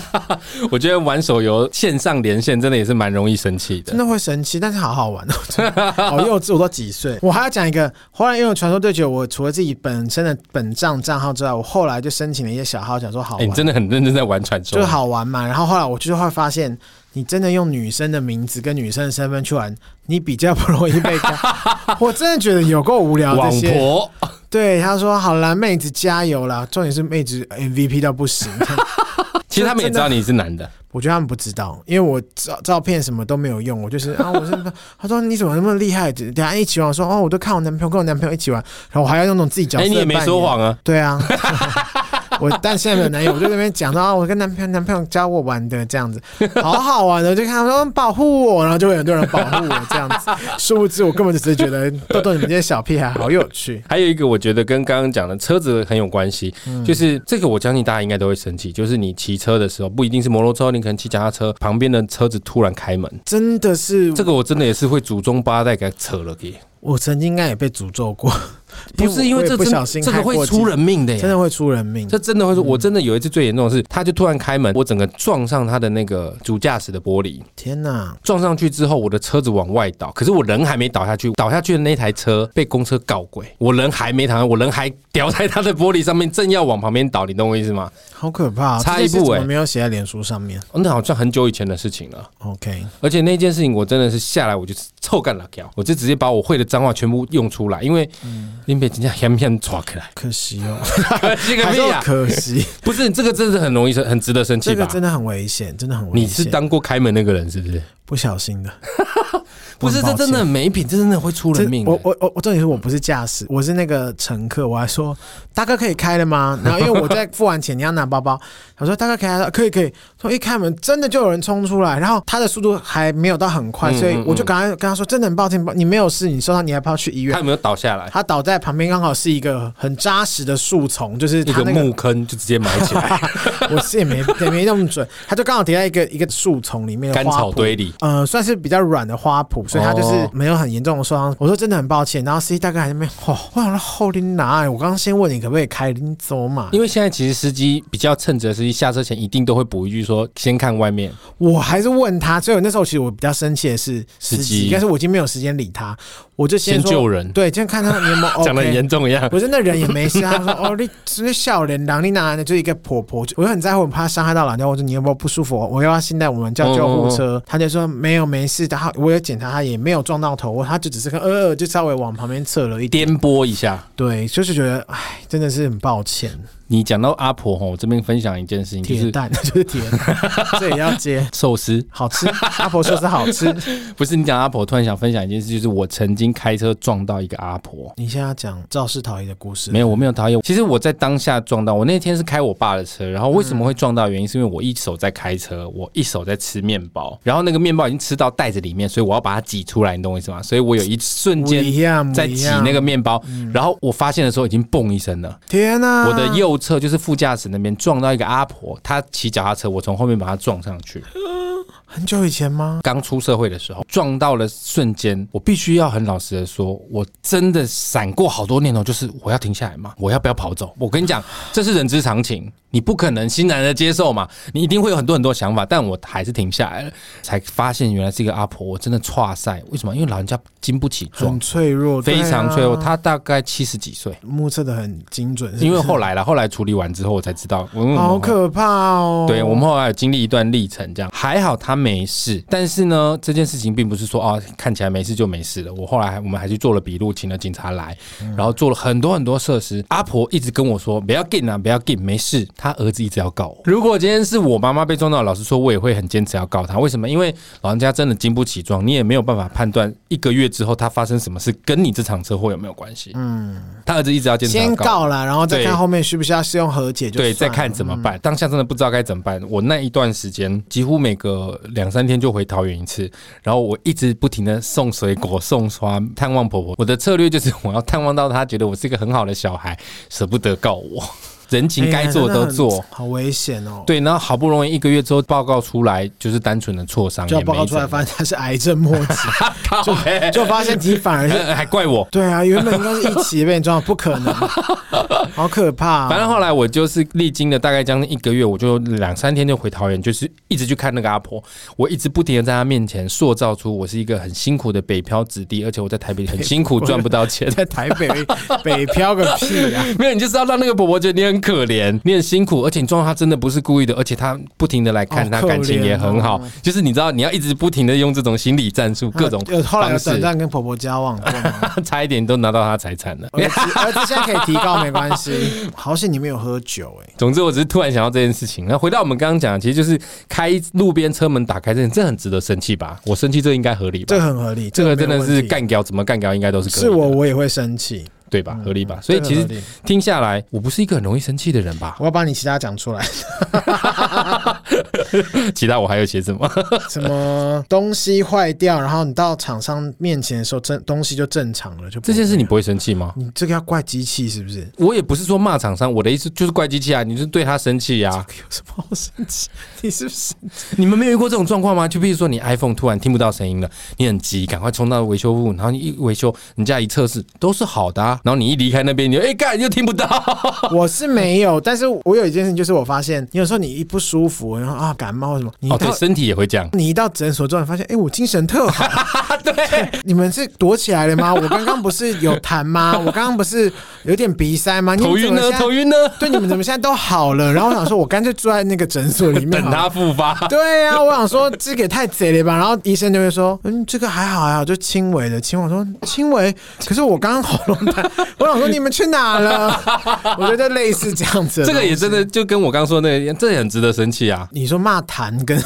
Speaker 2: 我觉得玩手游线上连线真的也是蛮容易生气
Speaker 3: 真
Speaker 2: 的。
Speaker 3: 的会神奇，但是好好玩哦， 真的好幼稚，我都几岁。我还要讲一个，后来因为传说对决，我除了自己本身的本账账号之外，我后来就申请了一些小号，想说好
Speaker 2: 哎、
Speaker 3: 玩，
Speaker 2: 你真的很认真在玩传说，
Speaker 3: 就是好玩嘛。然后后来我就会发现，你真的用女生的名字跟女生的身份去玩，你比较不容易被干。我真的觉得有够无聊这
Speaker 2: 网
Speaker 3: 些。
Speaker 2: 婆。
Speaker 3: 对，他说好啦，妹子加油啦，重点是妹子 MVP 到不行。
Speaker 2: 其实他们也知道你是男的，
Speaker 3: 我觉得他们不知道，因为我照照片什么都没有用，我就是啊，我是他说你怎么那么厉害？等下一起玩，我说哦，我都看我男朋友跟我男朋友一起玩，然后我还要用那种自己角
Speaker 2: 哎、
Speaker 3: 色。
Speaker 2: 你也没说，谎啊。
Speaker 3: 对啊。 我但现在没有男友，我就在那边讲到啊，我跟男朋友男朋友教我玩的这样子，好好玩的，我就看他说嗯保护我，然后就会有很多人保护我这 样子。殊不知我根本就只是觉得豆豆你们这些小屁孩好有趣，
Speaker 2: 还有一个，我觉得跟刚刚讲的车子很有关系，
Speaker 3: 嗯
Speaker 2: 就是这个我相信大家应该都会生气，就是你骑车的时候，不一定是摩托车，你可能骑脚踏车，旁边的车子突然开门，
Speaker 3: 真的是
Speaker 2: 这个我真的也是会祖宗八代给它扯了给，
Speaker 3: 我曾经应该也被诅咒过，
Speaker 2: 不是因为
Speaker 3: 我也
Speaker 2: 这
Speaker 3: 不
Speaker 2: 真
Speaker 3: 小心
Speaker 2: 这个
Speaker 3: 害
Speaker 2: 会
Speaker 3: 过
Speaker 2: 出
Speaker 3: 几
Speaker 2: 人命的耶，
Speaker 3: 真的会嗯出人命。
Speaker 2: 这真的会说，我真的有一次最严重的是，他就突然开门，我整个撞上他的那个主驾驶的玻璃，
Speaker 3: 天哪！
Speaker 2: 撞上去之后，我的车子往外倒，可是我人还没倒下去，倒下去的那台车被公车告轨，我人还没躺下，我人还掉在他的玻璃上面，正要往旁边倒，你懂我意思吗？
Speaker 3: 好可怕、啊
Speaker 2: 差
Speaker 3: 这件
Speaker 2: 一步
Speaker 3: 事怎么
Speaker 2: 欸
Speaker 3: 没有写在脸书上面。
Speaker 2: 哦那好像很久以前的事情了，
Speaker 3: OK，
Speaker 2: 而且那件事情我真的是下来我就是臭干了条，我就直接把我会的脏话全部用出来，因为林北今天狠狠抓起来，
Speaker 3: 可惜哦，
Speaker 2: 可惜个
Speaker 3: 嗯 还
Speaker 2: 屁
Speaker 3: 说
Speaker 2: 啊！
Speaker 3: 可 惜，
Speaker 2: 不是这个真的是很容易生，很值得生气
Speaker 3: 这个
Speaker 2: 吧？
Speaker 3: 真的很危险，真的很危险。
Speaker 2: 你是当过开门那个人是不是？
Speaker 3: 不小心的，
Speaker 2: 不是，这
Speaker 3: 我很抱歉
Speaker 2: 真的很没品，这真的会出人
Speaker 3: 这
Speaker 2: 命、
Speaker 3: 我我我我重点是我不是驾驶，我是那个乘客。我还说大哥可以开 了吗？然后因为我在付完钱，你要拿包包，我说大哥可以开了，可以可以。说一开门，真的就有人冲出来，然后他的速度还没有到很快，
Speaker 2: 嗯
Speaker 3: 所以
Speaker 2: 嗯
Speaker 3: 我就赶快跟他说，真的很抱歉，你没有事，你受伤，你还不要去医
Speaker 2: 他
Speaker 3: 院。
Speaker 2: 有没有倒下来？
Speaker 3: 他倒在旁边，刚好是一个很扎实的树丛，就是
Speaker 2: 一
Speaker 3: 他
Speaker 2: 个
Speaker 3: 那个
Speaker 2: 木坑 就直接埋起 来，
Speaker 3: 我是也没也没那么准，他就刚好叠在一个一个树丛里面的
Speaker 2: 干
Speaker 3: 花
Speaker 2: 草
Speaker 3: 圃
Speaker 2: 堆哦里。
Speaker 3: 呃，算是比较软的花圃，所以他就是没有很严重的受伤。我说真的很抱歉，然后 C 大哥还在那边，哦，我想说后天拿、我刚刚先问你可不可以开，你走嘛？
Speaker 2: 因为现在其实司机比较称职的司机，下车前一定都会补一句说：“先看外面。
Speaker 3: 我还是问他，所以我那时候其实我比较生气的是司
Speaker 2: 司机
Speaker 3: 机，但是我已经没有时间理他，我就
Speaker 2: 先
Speaker 3: 说
Speaker 2: 救人
Speaker 3: 对，先看他 有没哦有
Speaker 2: 讲的很
Speaker 3: OK。
Speaker 2: 严重一样。
Speaker 3: 我真的人也没事，他说哦，你只是笑脸狼，你哪来的？就一个婆婆，我就很在乎，我怕伤害到老人家。我说你有没有不舒服？我要不要现在我们叫救护
Speaker 2: 哦
Speaker 3: 车？他就说没有没事，然后我有检查，他也没有撞到头，他就只是个呃呃，就稍微往旁边侧了一点。
Speaker 2: 颠簸一下。
Speaker 3: 对，就是觉得哎，真的是很抱歉，
Speaker 2: 你讲到阿婆吼，我这边分享一件事情，就
Speaker 3: 铁
Speaker 2: 是
Speaker 3: 蛋就是铁 蛋，这也要接。
Speaker 2: 寿司。
Speaker 3: 好吃，阿婆说是好吃。
Speaker 2: 不是你讲阿婆，突然想分享一件事，就是我曾经开车撞到一个阿婆。
Speaker 3: 你现在要讲肇事逃逸的故事，
Speaker 2: 没有，我没有讨厌。其实我在当下撞到，我那天是开我爸的车，然后为什么会撞到？原因是因为我一手在开车，我一手在吃面包，然后那个面包已经吃到袋子里面，所以我要把它挤出来，你懂我意思吗？所以我有一瞬
Speaker 3: 不一
Speaker 2: 间
Speaker 3: 样，嗯不
Speaker 2: 在
Speaker 3: 一
Speaker 2: 挤
Speaker 3: 样
Speaker 2: 那个面包，然后我发现的时候已经嘣一声了。
Speaker 3: 天啊哪、
Speaker 2: 我的右侧就是副驾驶那边撞到一个阿婆，她骑脚踏车，我从后面把她撞上去。
Speaker 3: 很久以前吗？
Speaker 2: 刚出社会的时候撞到了瞬间，我必须要很老实的说，我真的闪过好多念头，就是我要停下来吗？我要不要跑走？我跟你讲，这是人之常情，你不可能欣然的接受嘛，你一定会有很多很多想法，但我还是停下来了，才发现原来是一个阿婆，我真的岔赛，为什么？因为老人家经不起撞
Speaker 3: 很，脆弱，
Speaker 2: 非常脆弱，
Speaker 3: 对啊
Speaker 2: 她大概七十几岁。
Speaker 3: 目测的很精准，是不是
Speaker 2: 因为后来啦，后来处理完之后，我才知道，嗯
Speaker 3: 好可怕哦。
Speaker 2: 对我们后来有经历一段历程，这样还好他没事。但是呢，这件事情并不是说哦看起来没事就没事了。我后来还我们还去做了笔录，请了警察来，然后做了很多很多设施。阿婆一直跟我说不要进啊，不要进，没事。她儿子一直要告我。如果今天是我妈妈被撞到，老实说，我也会很坚持要告她。为什么？因为老人家真的经不起撞，你也没有办法判断一个月之后她发生什么事跟你这场车祸有没有关系。嗯，他儿子一直要坚持要
Speaker 3: 先
Speaker 2: 告我。
Speaker 3: 告了，然后再
Speaker 2: 对
Speaker 3: 看后面需不需要适用和解就算嗯
Speaker 2: 对，
Speaker 3: 了，
Speaker 2: 再看怎么办。当下真的不知道该怎么办。我那一段时间几乎每隔两三天就回桃园一次，然后我一直不停的送水果、送花、探望婆婆。我的策略就是我要探望到她觉得我是一个很好的小孩，舍不得告我， 人情该做的都
Speaker 3: 哎
Speaker 2: 做。
Speaker 3: 呀，真的很好危险哦。，
Speaker 2: 对，然后好不容易一个月之后报告出来，就是单纯的挫伤，
Speaker 3: 就要
Speaker 2: 也
Speaker 3: 报告
Speaker 2: 没
Speaker 3: 出来，
Speaker 2: 怎么
Speaker 3: 发现他是癌症末 期，
Speaker 2: 样，靠北
Speaker 3: 就发现你反 而是。
Speaker 2: 呃还怪我。
Speaker 3: 对啊，原本应该是一起被你撞，不可 能，好可怕、哦
Speaker 2: 反正后来我就是历经了大概将近一个月，我就两三天就回桃园，就是一直去看那个阿婆，我一直不停的在她面前塑造出我是一个很辛苦的北漂子弟，而且我在台北很辛苦赚不到 钱。
Speaker 3: 在台北北漂个屁啊！
Speaker 2: 没有，你就是要让那个婆婆觉得你很可怜，你很辛苦，而且你撞到她真的不是故意的，而且她不停的来看
Speaker 3: 好
Speaker 2: 她，
Speaker 3: 可
Speaker 2: 感情也
Speaker 3: 怜
Speaker 2: 很好
Speaker 3: 哦。
Speaker 2: 就是你知道，你要一直不停的用这种心理战术， 各种
Speaker 3: 呃后来有
Speaker 2: 方
Speaker 3: 短
Speaker 2: 式，
Speaker 3: 暂跟婆婆交往过吗？
Speaker 2: 差一点都拿到她财产了。
Speaker 3: 儿子儿子现在可以提高，没关 系。好险你没有喝酒哎、
Speaker 2: 总之，我只是突然想到这件事情。那回到我们刚刚讲的，其实就是开路边车门打开这件事，这很值得生气吧？我生气，这应该合理吧
Speaker 3: 这？个很合理，
Speaker 2: 这个真
Speaker 3: 没有
Speaker 2: 的
Speaker 3: 问
Speaker 2: 是
Speaker 3: 题
Speaker 2: 干掉，怎么干掉应该都是可以
Speaker 3: 是
Speaker 2: 的
Speaker 3: 我我也会生气，
Speaker 2: 对吧？合理吧？所以其
Speaker 3: 这个合
Speaker 2: 实
Speaker 3: 理
Speaker 2: 听下来，我不是一个很容易生气的人吧？
Speaker 3: 我要把你其他讲出来，
Speaker 2: 其他我还有写什么？
Speaker 3: 什么东西坏掉，然后你到厂商面前的时候，正东西就正常了，就不
Speaker 2: 这件事你不会生气吗？
Speaker 3: 你这个要怪机器是不是？
Speaker 2: 我也不是说骂厂商，我的意思就是怪机器啊，你就是对他生气呀、啊。
Speaker 3: 有什么好生 气？你是不是？
Speaker 2: 你们没有遇过这种状况吗？就比如说你 iPhone 突然听不到声音了，你很急，赶快冲到维修部，然后你一维修，人家一测试都是好的、啊，然后你一离开那边，你就哎干、又听不到。
Speaker 3: 我是没有，但是我有一件事情，就是我发现，有时候你一不舒服，然后啊感冒什么，你一
Speaker 2: 哦，
Speaker 3: 到、
Speaker 2: 对，身体也会这样。
Speaker 3: 你一到诊所之后，你发现，哎、我精神特 好。
Speaker 2: 对，
Speaker 3: 你们是躲起来了吗？我刚刚不是有痰吗？我刚刚不是有点鼻塞吗？你
Speaker 2: 头
Speaker 3: 们怎
Speaker 2: 晕
Speaker 3: 么
Speaker 2: 呢，
Speaker 3: 现在
Speaker 2: 头晕呢，
Speaker 3: 对，你们怎么现在都好了？然后我想说，我干脆住在那个诊所里面
Speaker 2: 等
Speaker 3: 好了
Speaker 2: 它复发。
Speaker 3: 对呀、我想说这个也太贼了吧，然后医生就会说，嗯，这个还好还好，就轻微的轻微。我说轻微，可是我刚刚喉咙疼，我想说你们去哪了？我觉得类似这样子，
Speaker 2: 这个也真。的就跟我刚说的那个一样，这也很值得生气啊。
Speaker 3: 你说骂痰跟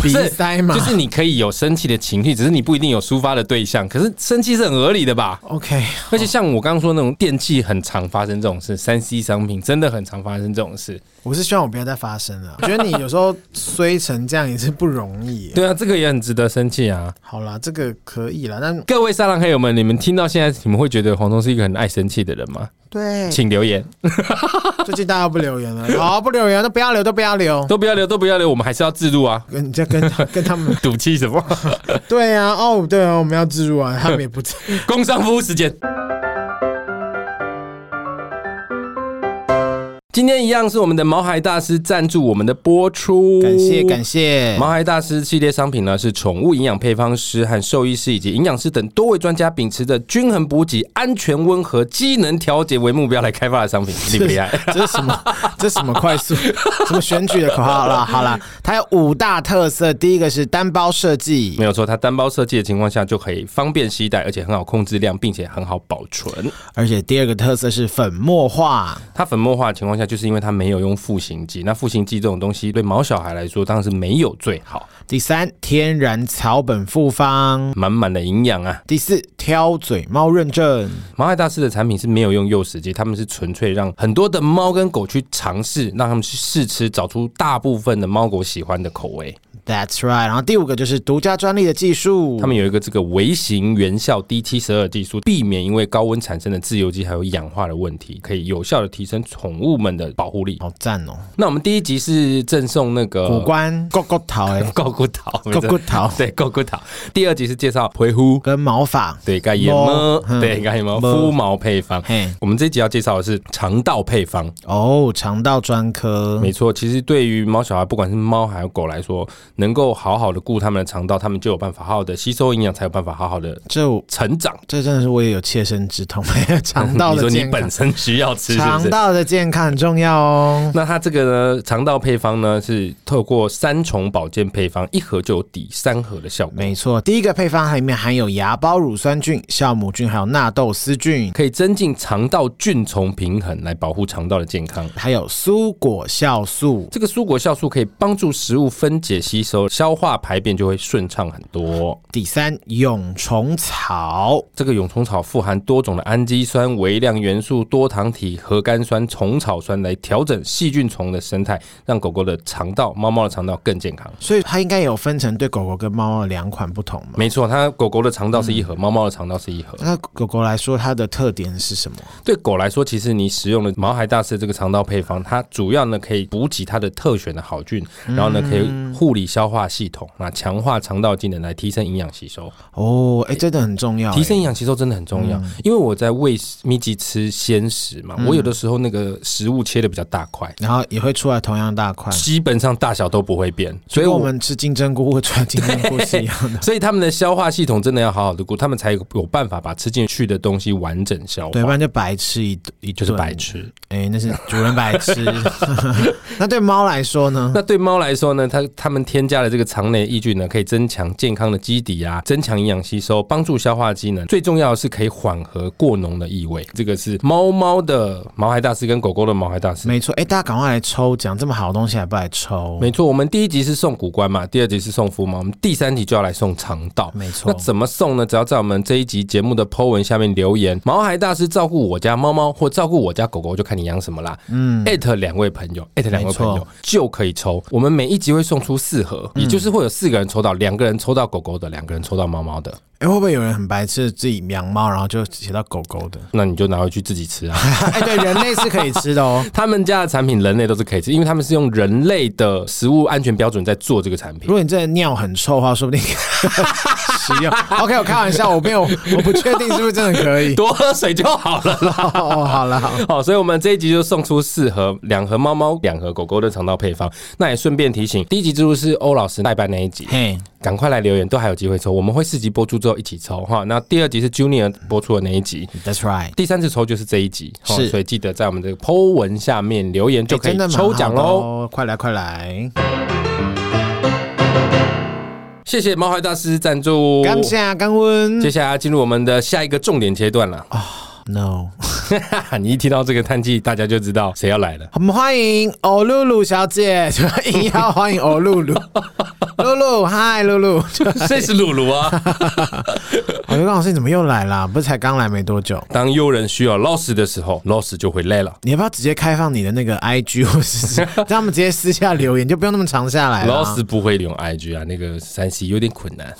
Speaker 3: 鼻
Speaker 2: 是
Speaker 3: 塞嘛？
Speaker 2: 就是你可以有生气的情绪，只是你不一定有抒发的对象。可是生气是很合理的吧？
Speaker 3: OK，
Speaker 2: 而且像我刚刚说那种电器，很常发生这种事，三 C 商品真的很常发生这种事。
Speaker 3: 我是希望我不要再发生了。我觉得你有时候衰成这样也是不容易耶。
Speaker 2: 对啊，这个也很值得生气啊。
Speaker 3: 好啦，这个可以啦，但
Speaker 2: 各位沙狼黑友们，你们听到现在，你们会觉得黄忠是一个很爱生气的人吗？
Speaker 3: 对，
Speaker 2: 请留言，
Speaker 3: 最近大家不留言了，好，不留言都不要留，都不要留。
Speaker 2: 都不要留，都不要留，我们还是要自入啊。
Speaker 3: 跟你再跟跟他们
Speaker 2: 赌气什么？
Speaker 3: 对啊，哦，对啊，我们要自入啊，他们也不自
Speaker 2: 工商服务时间。今天一样是我们的毛孩大师赞助我们的播出，
Speaker 3: 感谢
Speaker 2: 谢。
Speaker 3: 感谢。
Speaker 2: 毛孩大师系列商品呢，是宠物营养配方师和兽医师以及营养师等多位专家秉持着均衡补给、安全温和、机能调节为目标来开发的商 品，厉不厉害？
Speaker 3: 这是 什么？这是什么快速？什么选举的口号啦？好啦，它有五大特色。第一个是单包设计
Speaker 2: 没，有错，它单包设计的情况下就可以方便携带，而且很好控制量，并且很好保存。
Speaker 3: 而且第二个特色是粉末化。
Speaker 2: 它粉末化的情况下，就是因为它没有用复形剂。那复形剂这种东西对毛小孩来说，当然是没有最好，
Speaker 3: 第三，天然草本复方。
Speaker 2: 满满的营养啊。
Speaker 3: 第四，挑嘴猫认证。
Speaker 2: 毛孩大师的产品是没有用诱食剂，他们是纯粹让很多的猫跟狗去尝试，让他们去试吃，找出大部分的猫狗喜欢的口味。
Speaker 3: That's right。然后第五个就是独家专利的技术
Speaker 2: 他。们有一个这个微型原效 D 七十二技术，避免因为高温产生的自由基还有氧化的问题，可以有效的提升宠物们的保护力。
Speaker 3: 好赞哦！
Speaker 2: 那我们第一集是赠送那个
Speaker 3: 古关狗狗桃哎，
Speaker 2: 狗骨头，
Speaker 3: 狗骨桃
Speaker 2: 对狗骨头。第二集是介绍回呼。
Speaker 3: 跟毛发。
Speaker 2: 对，该有么
Speaker 3: 猫？嗯
Speaker 2: 对，该有么？
Speaker 3: 猫
Speaker 2: 肤毛配方
Speaker 3: 嘿。
Speaker 2: 我们这一集要介绍的是肠道配方。
Speaker 3: 哦，肠道专科。
Speaker 2: 没错，其实对于猫小孩，不管是猫还有狗来说，能够好好的顾它们的肠道，它们就有办法好好的吸收营养，才有办法好好的
Speaker 3: 这我
Speaker 2: 成长。
Speaker 3: 这真的是我也有切身之痛， 肠道
Speaker 2: 你
Speaker 3: 的
Speaker 2: 说你
Speaker 3: 健康
Speaker 2: 本，身需要吃，是不
Speaker 3: 肠
Speaker 2: 是？
Speaker 3: 道的健康很重要哦。
Speaker 2: 那它这个呢，肠道配方呢是透过三重保健配方，一盒就有抵三盒的效果。
Speaker 3: 没错，第一个配方里面含有芽孢乳酸菌、酵母菌，还有纳豆丝菌，
Speaker 2: 可以增进肠道菌虫平衡，来保护肠道的健康。
Speaker 3: 还有蔬果酵素。
Speaker 2: 这个蔬果酵素可以帮助食物分解、吸收、消化、排便，就会顺畅很多。
Speaker 3: 第三，蛹虫草。
Speaker 2: 这个蛹虫草富含多种的氨基酸、微量元素、多糖体、核苷酸、虫草酸，来调整细菌虫的生态，让狗狗的肠道、猫猫的肠道更健康。
Speaker 3: 所以它应该有分成对狗狗跟猫猫的两款不同嘛？
Speaker 2: 没错，它狗狗的肠道是一盒，猫猫的肠道是一盒。
Speaker 3: 那狗狗来说，它的特点是什么？
Speaker 2: 对狗来说，其实你使用的毛孩大师这个肠道配方，它主要呢可以补给它的特选的好菌，然后呢可以护理消化系统，那强化肠道机能来提升营养吸收。
Speaker 3: 哦，哎、真的很重要、
Speaker 2: 提升
Speaker 3: 诶
Speaker 2: 营养吸收真的很重要，因为我在喂咪吉吃鲜食嘛，我有的时候那个食物切的比较大块，
Speaker 3: 然后也会出来同样大块，
Speaker 2: 基本上大小都不会变，所以
Speaker 3: 跟我
Speaker 2: 我们。
Speaker 3: 们吃金针菇会出来金针菇是一样的。
Speaker 2: 所以他们的消化系统真的要好好的顾，他们才有有办法把吃进去的东西完整消
Speaker 3: 对，不
Speaker 2: 化，
Speaker 3: 然就白吃一顿一
Speaker 2: 就
Speaker 3: 顿
Speaker 2: 是白吃。
Speaker 3: 哎、那是主人白痴。 那对猫来说呢？
Speaker 2: 那对猫来说呢，它它们添加了这个肠内益菌呢，可以增强健康的基底啊，增强营养吸收，帮助消化机能。最重要的是可以缓和过浓的异味。这个是猫猫的毛孩大师跟狗狗的毛孩大师。
Speaker 3: 没错，哎、大家赶快来抽奖，这么好的东西还不来抽？
Speaker 2: 没错，我们第一集是送骨关嘛，第二集是送肤毛，我们第三集就要来送肠道。
Speaker 3: 没错
Speaker 2: 那怎么送呢？只要在我们这一集节目的 Po 文下面留言“毛孩大师照顾我家猫猫”或“照顾我家狗狗”，就看你养什么啦。嗯，艾特两位朋友，艾特两位朋
Speaker 3: 没
Speaker 2: 友
Speaker 3: 错嗯
Speaker 2: 就可以抽。我们每一集会送出四盒，也就是会有四个人抽到，两个人抽到狗狗的，两个人抽到猫猫的，
Speaker 3: 哎、会不会有人很白痴，自己养猫，然后就写到狗狗的？
Speaker 2: 那你就拿回去自己吃啊。
Speaker 3: 哎、对，人类是可以吃的 哦。
Speaker 2: 他们家的产品人类都是可以吃，因为他们是用人类的食物安全标准在做这个产品
Speaker 3: 如。果你真的尿很臭的话，说不定。实用。OK，我开玩笑，我没有，我不确定是不是真的可 以。
Speaker 2: 多喝水就好了啦。
Speaker 3: 哦，好了，好，
Speaker 2: 好，所以我们这一集就送出四盒，两盒猫猫，两盒狗狗的肠道配方。那也顺便提醒，第一集之路是欧老师代班那一集，
Speaker 3: 嘿，
Speaker 2: 赶快来留言，都还有机会抽。我们会四集播出之后一起抽哈。那第二集是 Junior 播出的那一集。
Speaker 3: That's right，
Speaker 2: 第三次抽就是这一集，哈
Speaker 3: 是
Speaker 2: 所以记得在我们这个 Po 文下面留言就可以
Speaker 3: 哎真的蛮好
Speaker 2: 抽
Speaker 3: 的
Speaker 2: 奖喽。
Speaker 3: 哦！快来，快来！
Speaker 2: 谢谢猫坏大师赞助，
Speaker 3: 感哦谢感恩。
Speaker 2: 接下来进入我们的下一个重点阶段了。
Speaker 3: 哦 No，
Speaker 2: 你一听到这个叹气，大家就知道谁要 来了。
Speaker 3: 我们欢迎欧露露小姐， 就硬要欢迎欧露 露。露露，嗨，露露。
Speaker 2: 谁是露露啊？
Speaker 3: 我就刚老师，你怎么又来啦？不是才刚来没多久？
Speaker 2: 当佣人需要 loss 的时候，loss 就回来了。
Speaker 3: 你要不要直接开放你的那个 IG 或 是让他们直接私下留言，就不用那么长下来了啊？
Speaker 2: loss 不会用 IG 啊，那个三 C 有点困难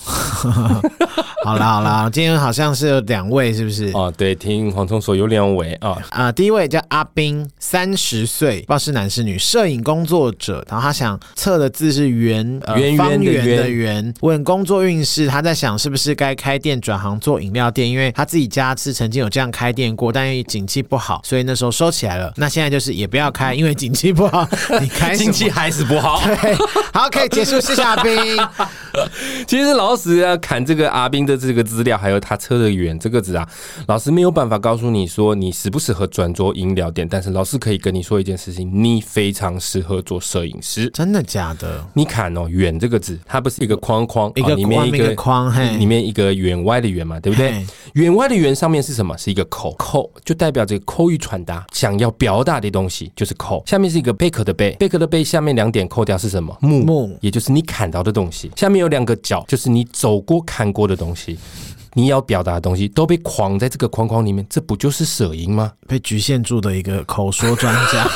Speaker 3: 好啦好啦，今天好像是有两位，是不是？
Speaker 2: 哦。对，听黄虫说有两位啊、
Speaker 3: 啊、第一位叫阿斌，三十岁，不知道是男是女，摄影工作者。然后他想测的字是圆，呃
Speaker 2: 圆圆的
Speaker 3: 方圆的
Speaker 2: 圆
Speaker 3: 圆。问工作运势，他在想是不是该开店转行做饮料店，因为他自己家是曾经有这样开店过，但因为景气不好，所以那时候收起来了。那现在就是也不要开，因为景气 不好，你开什
Speaker 2: 经
Speaker 3: 么
Speaker 2: 济。还是不好。
Speaker 3: 对，好，可以结束，谢谢阿 斌。
Speaker 2: 其实老师要看这个阿斌的这个资料，还有他车的远这个字啊，老师没有办法告诉你说你适不适合转做饮料店，但是老师可以跟你说一件事情，你非常适合做摄影师。
Speaker 3: 真的假的？
Speaker 2: 你看哦，远这个字，它不是一个框框，
Speaker 3: 一个
Speaker 2: 哦里面
Speaker 3: 框
Speaker 2: 一
Speaker 3: 一
Speaker 2: 个
Speaker 3: 个框嘿
Speaker 2: 里面一个远歪的圆嘛，对不对
Speaker 3: 嘿？
Speaker 2: 远歪的圆上面是什么？是一个口，口就代表这个口语传达，想要表达的东西就是口。下面是一个贝壳的贝，贝壳的贝下面两点扣掉是什么？木，
Speaker 3: 木
Speaker 2: 也就是你砍到的东西。下面有两个角，就是你走过看过的东西。你要表达的东西都被框在这个框框里面，这不就是摄影吗？
Speaker 3: 被局限住的一个口说专家。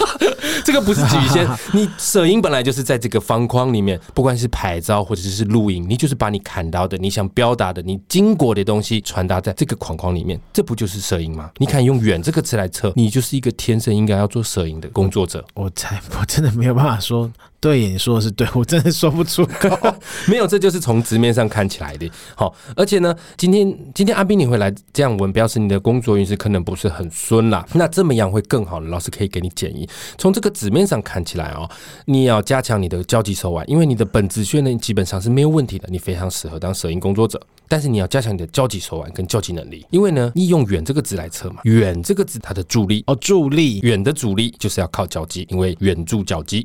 Speaker 2: 这个不是局限，你摄影本来就是在这个方框里面，不管是拍照或者是录影，你就是把你看到的、你想表达的、你经过的东西传达在这个框框里面，这不就是摄影吗？你看用“远”这个词来测，你就是一个天生应该要做摄影的工作者。
Speaker 3: 我才 我真的没有办法说对耶，你说的是对，我真的说不出口。
Speaker 2: 没有，这就是从直面上看起来的。好，而且呢，今天今天阿斌你会来这样问，表示你的工作运势可能不是很顺啦。那这么样会更好，老师可以给你建议。从这个纸面上看起来哦，你也要加强你的交际手腕，因为你的本职学能基本上是没有问题的，你非常适合当摄影工作者。但是你要加强你的交际手腕跟交际能力，因为呢，你用“远”这个字来测嘛，“远”这个字它的助力，
Speaker 3: 哦，助力，
Speaker 2: 远的阻力就是要靠脚肌，因为远助脚肌，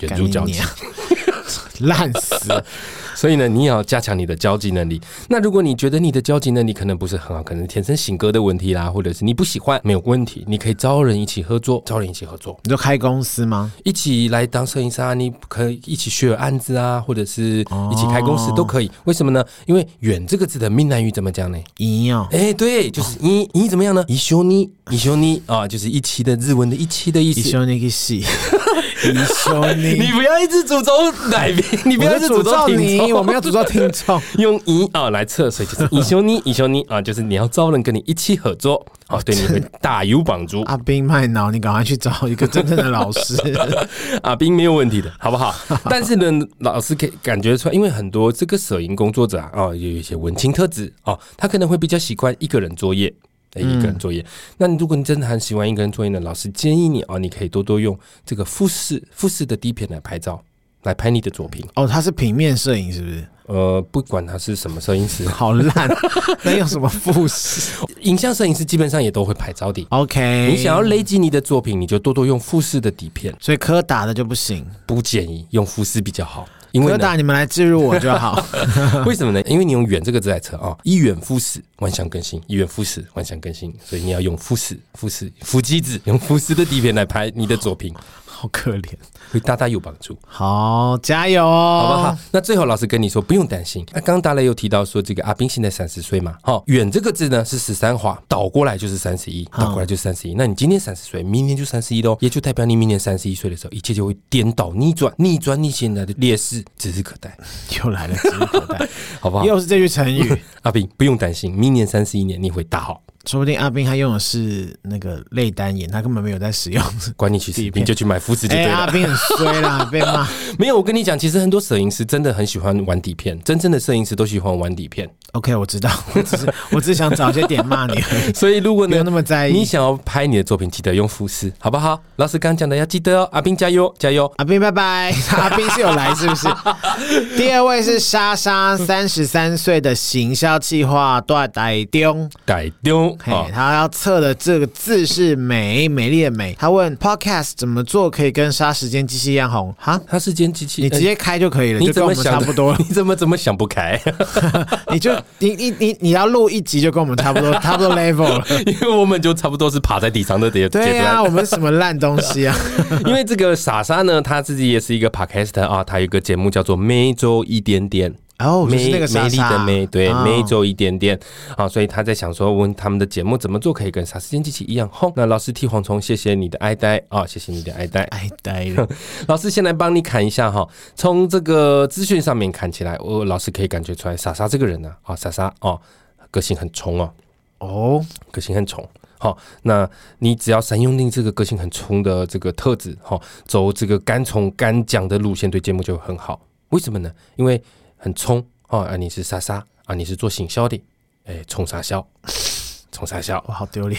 Speaker 2: 远
Speaker 3: 干
Speaker 2: 助
Speaker 3: 你
Speaker 2: 脚肌
Speaker 3: 娘。 烂死了！
Speaker 2: 所以呢，你也要加强你的交际能力。那如果你觉得你的交际能力可能不是很好，可能是天生性格的问题啦，或者是你不喜欢，没有问题，你可以招人一起合作，招人一起合作，
Speaker 3: 你就开公司吗？
Speaker 2: 一起来当摄影师啊，你可以一起学案子啊，或者是一起开公司都可以。为什么呢？因为“远”这个字的闽南语怎么讲呢？
Speaker 3: 一样、
Speaker 2: 哎、对，
Speaker 3: 哦
Speaker 2: 就是你你怎么样呢？一休你一休你啊，就是一期的日文的一期的意
Speaker 3: 一
Speaker 2: 思。
Speaker 3: 休那 个戏，一休
Speaker 2: 你
Speaker 3: 你，
Speaker 2: 不要一直诅咒奶瓶，你不
Speaker 3: 我
Speaker 2: 要
Speaker 3: 在
Speaker 2: 一直
Speaker 3: 诅咒
Speaker 2: 听
Speaker 3: 你，
Speaker 2: 众
Speaker 3: 我没有诅咒听众。
Speaker 2: 用一啊来测，所以就是以修你以修你啊，就是你要招人跟你一起合作，哦，对你啊会大有帮助。
Speaker 3: 阿斌卖脑，你赶快去找一个真正的老师。
Speaker 2: 阿啊斌没有问题的，好不 好？但是呢，老师可以感觉出来，因为很多这个摄影工作者啊，哦，有一些文青特质哦，他可能会比较习惯一个人作业。哎一个人作业，那你如果你真的很喜欢一个人作业呢，老师建议你哦，你可以多多用这个复式复式的底片来拍照，来拍你的作品。
Speaker 3: 哦，他是平面摄影是不是？
Speaker 2: 呃，不管他是什么摄影师，
Speaker 3: 好烂，能有什么复试
Speaker 2: 影像摄影师基本上也都会拍照的。
Speaker 3: ？OK，
Speaker 2: 你想要累积你的作品，你就多多用富士的底片，
Speaker 3: 所以柯打的就不行，
Speaker 2: 不建议用富士比较好。因为
Speaker 3: 柯
Speaker 2: 呢，
Speaker 3: 打你们来置入我就好。
Speaker 2: 为什么呢？因为你用“远”这个字来测啊，一远复始，万象更新；一远复始，万象更新。所以你要用富士、富士、 伏击子，用富士的底片来拍你的作品，
Speaker 3: 好可怜。
Speaker 2: 会大大有帮助，
Speaker 3: 好，加油哦！
Speaker 2: 好不好？那最后老师跟你说，不用担心。那刚刚大雷有提到说，这个阿斌现在三十岁嘛，哈、远这个字呢是十三画，倒过来就是三十一，倒过来就三十一。那你今天三十岁，明年就三十一喽，也就代表你明年三十一岁的时候，一切就会颠倒逆转，逆转你现在的劣势指日可待，
Speaker 3: 又 来了指日可待，
Speaker 2: 好不好？
Speaker 3: 又是这句成语。
Speaker 2: 阿斌不用担心，明年三十一年你会大好。
Speaker 3: 说不定阿斌他用的是那个类单眼，他根本没有在使用。
Speaker 2: 管你去死
Speaker 3: 底，片
Speaker 2: 你 就去买肤质就
Speaker 3: 哎、
Speaker 2: 对了。
Speaker 3: 阿斌很 衰啦，被骂。
Speaker 2: 没有，我跟你讲，其实很多摄影师真的很喜欢玩底片，真正的摄影师都喜欢玩底片。
Speaker 3: OK，我知道，我 只是我只是想找一些点骂你而已，
Speaker 2: 所以如果
Speaker 3: 不
Speaker 2: 呢
Speaker 3: 用那，么在
Speaker 2: 你
Speaker 3: 意。
Speaker 2: 想要拍你的作品，记得用富士，好不好？老师刚讲的要记得哦，阿斌加油加油！
Speaker 3: 阿斌拜拜，阿斌是有来是不 是？第二位是莎莎，三十三岁的行销计划段呆丁。
Speaker 2: 改丢
Speaker 3: 嘿
Speaker 2: 哦，
Speaker 3: 他要测的这个字是美，美丽的美。他问 Podcast 怎么做可以跟杀时间机器一样红？哈，
Speaker 2: 它是间机器，
Speaker 3: 你直接开就可以
Speaker 2: 呃
Speaker 3: 了，
Speaker 2: 你
Speaker 3: 就
Speaker 2: 怎
Speaker 3: 跟我
Speaker 2: 么
Speaker 3: 们差
Speaker 2: 想
Speaker 3: 不
Speaker 2: 的
Speaker 3: 多
Speaker 2: 你怎么怎么想不开？
Speaker 3: 你就你你你你要录一集就跟我们差 不多，差不多 level 了。
Speaker 2: 因为我们就差不多是趴在地上的阶阶
Speaker 3: 对
Speaker 2: 段
Speaker 3: 啊，。我们什么烂东西啊？
Speaker 2: 因为这个莎莎呢，她自己也是一个 podcaster 啊，她有一个节目叫做《每周一点点》。
Speaker 3: 哦，就是
Speaker 2: 美
Speaker 3: 那个莎
Speaker 2: 美丽
Speaker 3: 莎
Speaker 2: 的美，对，
Speaker 3: 哦
Speaker 2: 每周一点点啊，所以她在想说，问他们的节目怎么做可以跟《啥时间机器》一样红。那老师替蝗虫，谢谢你的爱戴啊，谢谢你的爱戴。
Speaker 3: 哎，呆了。
Speaker 2: 老师先来帮你砍一下哈，从这个资讯上面看起来，我、老师可以感觉出来，莎莎这个人呢、啊，莎莎哦，个性很冲哦，
Speaker 3: 哦，
Speaker 2: 个性很冲。好、那你只要善用你这个个性很冲的这个特质，哈、走这个敢冲敢讲的路线，对节目就很好。为什么呢？因为很冲哦，啊，你是莎莎啊，你是做行销的，哎，冲啥销，冲啥销，
Speaker 3: 我好丢脸。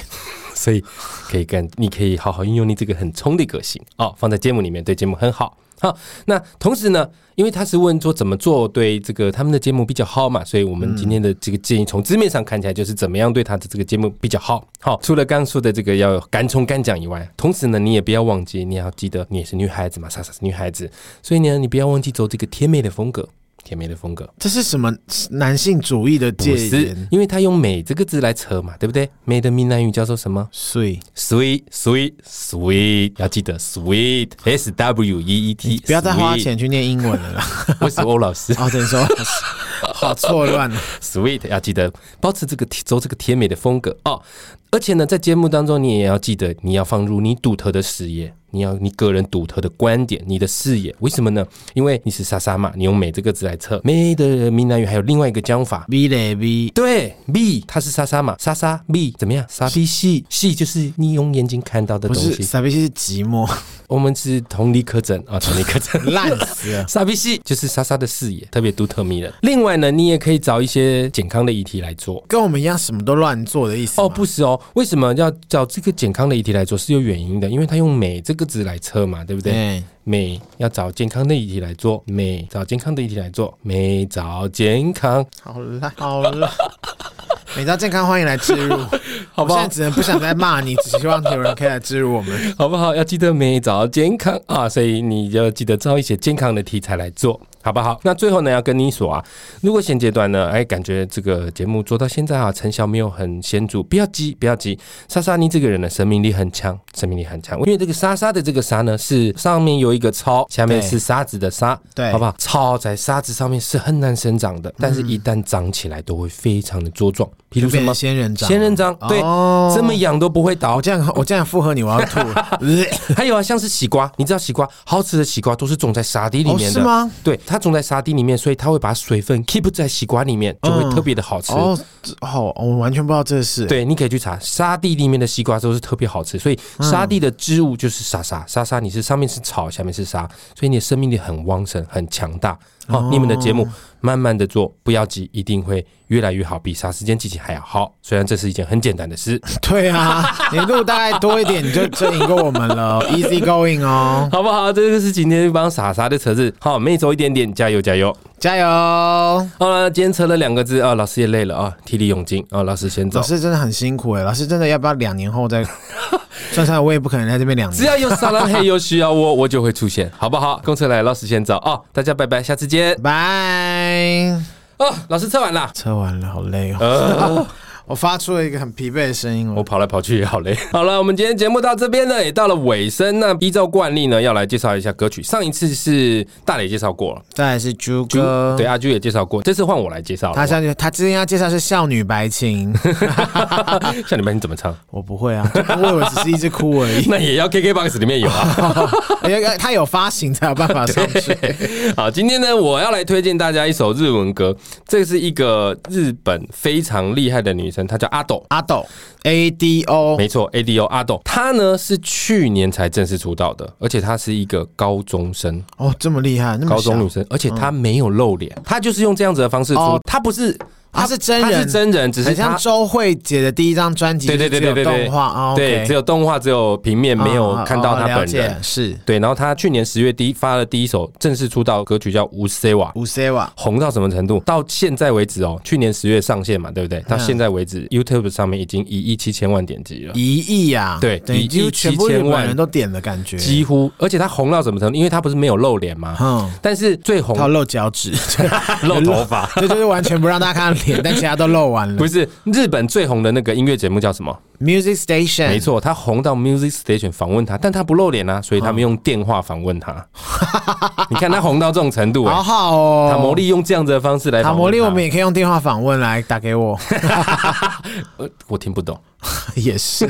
Speaker 2: 所以可以跟你可以好好运用你这个很冲的个性哦，放在节目里面对节目很好。好，那同时呢，因为他是问说怎么做对这个他们的节目比较好嘛，所以我们今天的这个建议从字面上看起来就是怎么样对他的这个节目比较好。好，除了刚刚说的这个要敢冲敢讲以外，同时呢，你也不要忘记，你要记得你也是女孩子嘛，莎莎是女孩子，所以呢，你不要忘记走这个甜美的风格，甜美的风格。
Speaker 3: 这是什么男性主义的戒
Speaker 2: 不是
Speaker 3: 言？，
Speaker 2: 因为他用“美”这个字来扯嘛，对不对？美的闽南语叫做什么？
Speaker 3: 所以
Speaker 2: sweet sweet sweet，要记得 sweet s w e e t，
Speaker 3: 哎不要再花
Speaker 2: sweet。
Speaker 3: 钱去念英文了啦。
Speaker 2: 我是欧老师
Speaker 3: 哦，等说， 好错乱啊。
Speaker 2: ，sweet 要记得保持这个走这个甜美的风格哦。而且呢，在节目当中，你也要记得你要放入你独特的视野，你要你个人独特的观点，你的视野。为什么呢？因为你是莎莎嘛，你用美这个字来测美的闽南语，还有另外一个讲法。
Speaker 3: V 嘞 V，
Speaker 2: 对，B 它是莎莎嘛，莎莎 B 怎么样？莎 B 系系就是你用眼睛看到的
Speaker 3: 不
Speaker 2: 东
Speaker 3: 是
Speaker 2: 西。
Speaker 3: 傻逼是寂寞，
Speaker 2: 我们是同理可诊啊，同理可 诊。
Speaker 3: 烂死了。
Speaker 2: 傻逼系就是莎莎的视野特别独特迷人。另外呢，你也可以找一些健康的议题来做。
Speaker 3: 跟我们一样什么都乱做的意思吗
Speaker 2: 哦，不是哦，为什么要找这个健康的议题来做是有原因的，因为它用美这个字来测嘛，对不对？
Speaker 3: 对，
Speaker 2: 美要找健康的议题来做，美找健康的议题来做，美找健康，
Speaker 3: 好 烂，好烂。每到健康欢迎来置入，
Speaker 2: 好不
Speaker 3: 我
Speaker 2: 好
Speaker 3: 现在？只能不想再骂你，只希望有人可以来置入 我们。
Speaker 2: 好不好？要记得美找健康啊，所以你要记得找一些健康的题材来做。好不好？那最后呢，要跟你说啊，如果现阶段呢，哎，感觉这个节目做到现在啊，成效没有很显著，不要急，不要急。莎莎，你这个人呢，生命力很强，生命力很强。因为这个莎莎的这个莎呢，是上面有一个超，下面
Speaker 3: 对
Speaker 2: 是沙子的沙，
Speaker 3: 对
Speaker 2: 好不好？超在沙子上面是很难生长的，但是一旦长起来，都会非常的茁壮。比如什么
Speaker 3: 变成仙人掌？
Speaker 2: 仙人掌，对，
Speaker 3: 哦
Speaker 2: 这么痒都不会倒
Speaker 3: 我。这样，我这样附和你，我要吐 了。
Speaker 2: 还有啊，像 是西瓜，你知道西瓜好吃的西瓜都是种在沙地里
Speaker 3: 哦，
Speaker 2: 面
Speaker 3: 是
Speaker 2: 的，
Speaker 3: 吗？
Speaker 2: 对，它种在沙地里面，所以它会把水分 keep 在西瓜里面，就会特别的好吃。
Speaker 3: 哦，这哦，我完全不知道这事。，
Speaker 2: 对，你可以去查，沙地里面的西瓜都是特别好吃，所以
Speaker 3: 嗯
Speaker 2: 沙地的植物就是沙沙沙沙，你是上面是草，下面是沙，所以你的生命力很旺盛，很强大。好、
Speaker 3: 哦
Speaker 2: 你们的节目慢慢的做，不要急，一定会越来越好，比杀时间机器还要好。虽然这是一件很简单的事，
Speaker 3: 对啊，你录大概多一点，你就真赢过我们了，easy going 哦，
Speaker 2: 好不好？这就是今天帮傻傻的车子，好，每周一点点，加油加油！
Speaker 3: 加油！
Speaker 2: 好了，今天扯了两个字啊，老师也累了啊，体力用尽啊，老师先走
Speaker 3: 老。师真的很辛苦哎，老师真的要不要两年后再 算算？我也不可能在这边两
Speaker 2: 只
Speaker 3: 年。
Speaker 2: 要有沙拉黑有需要我，我就会出现，好不 好？公车来，老师先走哦，大家拜拜，下次见
Speaker 3: 拜，
Speaker 2: 哦。老师测完了，
Speaker 3: 测完了，好累哦。
Speaker 2: 呃
Speaker 3: 我发出了一个很疲惫的声音，
Speaker 2: 我
Speaker 3: 我
Speaker 2: 跑来跑去也好累。好了，我们今天节目到这边呢，也到了尾声。那依照惯例呢，要来介绍一下歌曲。上一次是大磊介绍过了，
Speaker 3: 再来是朱
Speaker 2: 就
Speaker 3: 哥，
Speaker 2: 对阿居也介绍过，这次换我来介绍了。
Speaker 3: 他像他之前要介绍是少女白琴，
Speaker 2: 像你们你怎么唱？
Speaker 3: 我不会啊，我以为只是一只哭而 已。
Speaker 2: 那也要 KKBOX 里面有啊。
Speaker 3: 要要他有发行才有办法上 去。
Speaker 2: 好，今天呢，我要来推荐大家一首日文歌，这是一个日本非常厉害的女生，她叫阿斗。
Speaker 3: 阿斗 A D O，
Speaker 2: 没错，A D O 阿斗，她呢是去年才正式出道的，而且她是一个高中生，
Speaker 3: 哦，这么厉害，那么
Speaker 2: 高中
Speaker 3: 小嗯
Speaker 2: 女生，而且她没有露脸，她就是用这样子的方式出
Speaker 3: 哦，
Speaker 2: 她不是，
Speaker 3: 她是真
Speaker 2: 她是
Speaker 3: 人
Speaker 2: 真人，只是
Speaker 3: 很像
Speaker 2: 她。
Speaker 3: 周慧姐的第一张专辑，
Speaker 2: 对对对对
Speaker 3: 只
Speaker 2: 对
Speaker 3: 有
Speaker 2: 对，
Speaker 3: 动画哦啊，
Speaker 2: 对，只有动画，只有平面，没有看到她
Speaker 3: 他
Speaker 2: 本人。
Speaker 3: 是
Speaker 2: 对，然后她去年十月第一发了第一首正式出道歌曲叫《无 C 瓦》，
Speaker 3: 五 C 瓦，
Speaker 2: 红到什么程度？到现在为止哦，去年十月上线嘛，对不对？
Speaker 3: 嗯
Speaker 2: 到现在为止、y o u t u b e 上面已经一亿七千万点击了。
Speaker 3: 一亿啊，
Speaker 2: 对
Speaker 3: 等于
Speaker 2: 一亿
Speaker 3: 几乎全部
Speaker 2: 七
Speaker 3: 日
Speaker 2: 千万
Speaker 3: 本人都点的感觉，
Speaker 2: 几乎，哦而且她红到什么程度？因为她不是没有露脸吗？
Speaker 3: 嗯，
Speaker 2: 但是最红
Speaker 3: 他有露脚趾，
Speaker 2: 露头发，
Speaker 3: 这就是完全不让大家看到脸，但其他都露完了
Speaker 2: 不。是日本最红的那个音乐节目叫什么？
Speaker 3: Music Station，
Speaker 2: 没，错，她红到 Music Station 访问她，但她不露脸啊，所以他们用电话访问 她。你看她红到这种程度、
Speaker 3: 好
Speaker 2: 欸，
Speaker 3: 好哦。
Speaker 2: 塔摩利用这样子的方式来
Speaker 3: 塔
Speaker 2: 访
Speaker 3: 摩
Speaker 2: 问
Speaker 3: 利，
Speaker 2: 她
Speaker 3: 我们也可以用电话访问来打 给我，
Speaker 2: 呃我听不懂。
Speaker 3: 也是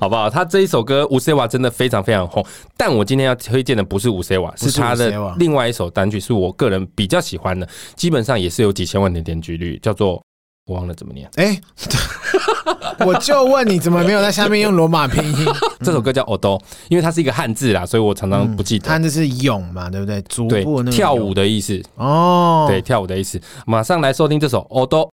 Speaker 2: 好不好？他这一首歌《无 C 瓦》真的非常非常红，但我今天要推荐的不是《无 C 瓦》，
Speaker 3: 不是
Speaker 2: 是他的
Speaker 3: Usewa
Speaker 2: 另外一首单曲，是我个人比较喜欢的，基本上也是有几千万的点击率，叫做我忘了怎么念。
Speaker 3: 哎、 我就问你怎么没有在下面用罗马拼 音？
Speaker 2: 这首歌叫《o d o 因为它是一个汉字啦，所以我常常不记
Speaker 3: 他
Speaker 2: 得。
Speaker 3: 那是勇嘛，对不对？足
Speaker 2: 对
Speaker 3: 嗯部那，个
Speaker 2: 跳
Speaker 3: 勇
Speaker 2: 舞的意思，
Speaker 3: 哦，
Speaker 2: 对，，跳舞的意思。马上来收听这首《o d o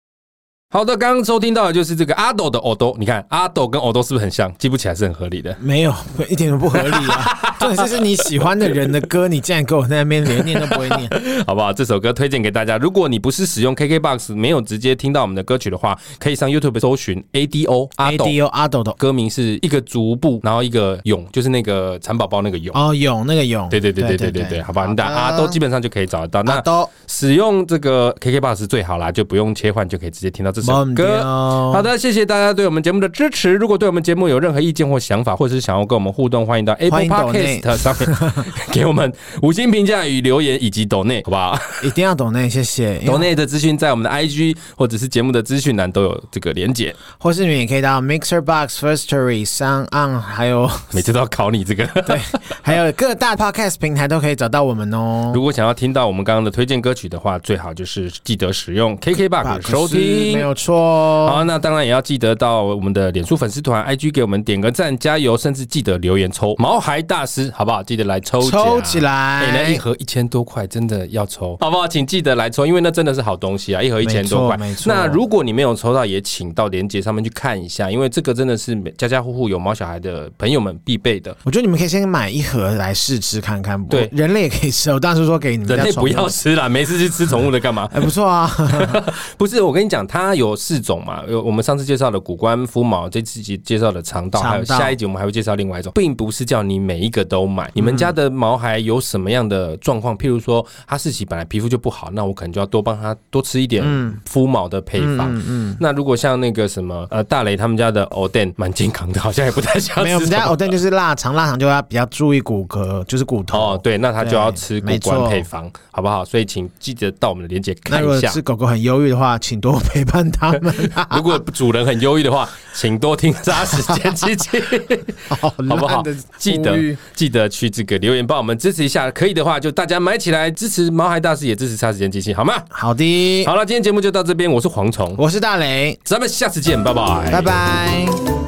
Speaker 2: 好的，刚刚收听到的就是这个阿斗的 o d o 你看阿斗跟 o d o 是不是很像？记不起来是很合理的。
Speaker 3: 没有， 一点都不合 理啊！重点是是你喜欢的人的歌，你竟然给我在那边连念都不会念，
Speaker 2: 好不好？这首歌推荐给大家。如果你不是使用 KKBOX，没有直接听到我们的歌曲的话，可以上 YouTube 搜寻 ADO 阿
Speaker 3: A
Speaker 2: 斗。
Speaker 3: D O 阿斗的
Speaker 2: 歌名是一个足部，然后一个勇，就是那个蚕宝宝那个勇。
Speaker 3: 哦，勇那个勇，
Speaker 2: 对对对对对对对，好吧，你打阿斗基本上就可以找得到。
Speaker 3: 阿
Speaker 2: 那
Speaker 3: 斗
Speaker 2: 使用这个 KKBOX 是最好啦，就不用切换，就可以直接听到这首
Speaker 3: 忘
Speaker 2: 歌。
Speaker 3: 掉
Speaker 2: 好的，谢谢大家对我们节目的支持。如果对我们节目有任何意见或想法，或者是想要跟我们互动，欢迎到 Apple
Speaker 3: 欢迎抖内
Speaker 2: Podcast 上面 给我们五星评价与留言，以及抖内，好不好？
Speaker 3: 一定要懂内，谢谢。
Speaker 2: 抖内的资讯在我们的 IG 或者是节目的资讯栏都有这个连结。
Speaker 3: 或是你们也可以到 Mixer Box、First Story、Sound On，还有
Speaker 2: 每次都要考你这 个。对，
Speaker 3: 还有各大 Podcast 平台都可以找到我们哦。
Speaker 2: 如果想要听到我们刚刚的推荐歌曲的话，最好就是记得使用 KKBox 收
Speaker 3: 没
Speaker 2: 听。
Speaker 3: 有错哦。
Speaker 2: 好，那当然也要记得到我们的脸书粉丝团、IG 给我们点个赞，加油！甚至记得留言抽毛孩大师，好不好？记得来抽
Speaker 3: 抽
Speaker 2: 奖
Speaker 3: 起来
Speaker 2: 哎那一盒一千多块，真的要抽，好不好？请记得来抽，因为那真的是好东西啊，一盒一千多块。
Speaker 3: 没错没错
Speaker 2: 那如果你没有抽到，也请到链接上面去看一下，因为这个真的是每家家户户有毛小孩的朋友们必备的。
Speaker 3: 我觉得你们可以先买一盒来试吃看看。我
Speaker 2: 对
Speaker 3: 人类也可以吃。我当时说给你们
Speaker 2: 人
Speaker 3: 家
Speaker 2: 类
Speaker 3: 宠
Speaker 2: 不
Speaker 3: 物
Speaker 2: 要，吃啦，没事去吃宠物的干嘛？
Speaker 3: 哎，不错 啊。
Speaker 2: 不是，我跟你讲，它有四种嘛，有我们上次介绍的骨关肤毛，这次集介绍的肠道，
Speaker 3: 肠道
Speaker 2: 还有下一集我们还会介绍另外一种，并不是叫你每一个都
Speaker 3: 嗯
Speaker 2: 买。你们家的毛孩有什么样的状况？譬如说，他自己本来皮肤就不好，那我可能就要多帮他多吃一点
Speaker 3: 嗯
Speaker 2: 肤毛的配方。那如果像那个什么呃大雷他们家的 o d e n 蛮健康的，好像也不太像
Speaker 3: 没有，我们家藕蛋就是腊肠，腊肠就要比较注意骨骼，就是骨头。
Speaker 2: 哦，对，那他就要
Speaker 3: 对
Speaker 2: 吃骨
Speaker 3: 没
Speaker 2: 关
Speaker 3: 错
Speaker 2: 配方，好不好？所以请记得到我们的链接
Speaker 3: 那
Speaker 2: 看
Speaker 3: 如果
Speaker 2: 一下。
Speaker 3: 是狗狗很忧郁的话，请多陪伴它们。啊
Speaker 2: 如果主人很忧郁的话，请多听扎时间机 器，
Speaker 3: 好
Speaker 2: 好不好
Speaker 3: 烂的？
Speaker 2: 记
Speaker 3: 呼
Speaker 2: 得
Speaker 3: 吁
Speaker 2: 记得去这个留言帮我们支持一下，可以的话就大家买起来支持毛孩大师，也支持扎时间机器，好吗？
Speaker 3: 好的，
Speaker 2: 好了，今天节目就到这边，我是蝗虫，
Speaker 3: 我是大雷，
Speaker 2: 咱们下次见，拜拜，
Speaker 3: 拜。拜。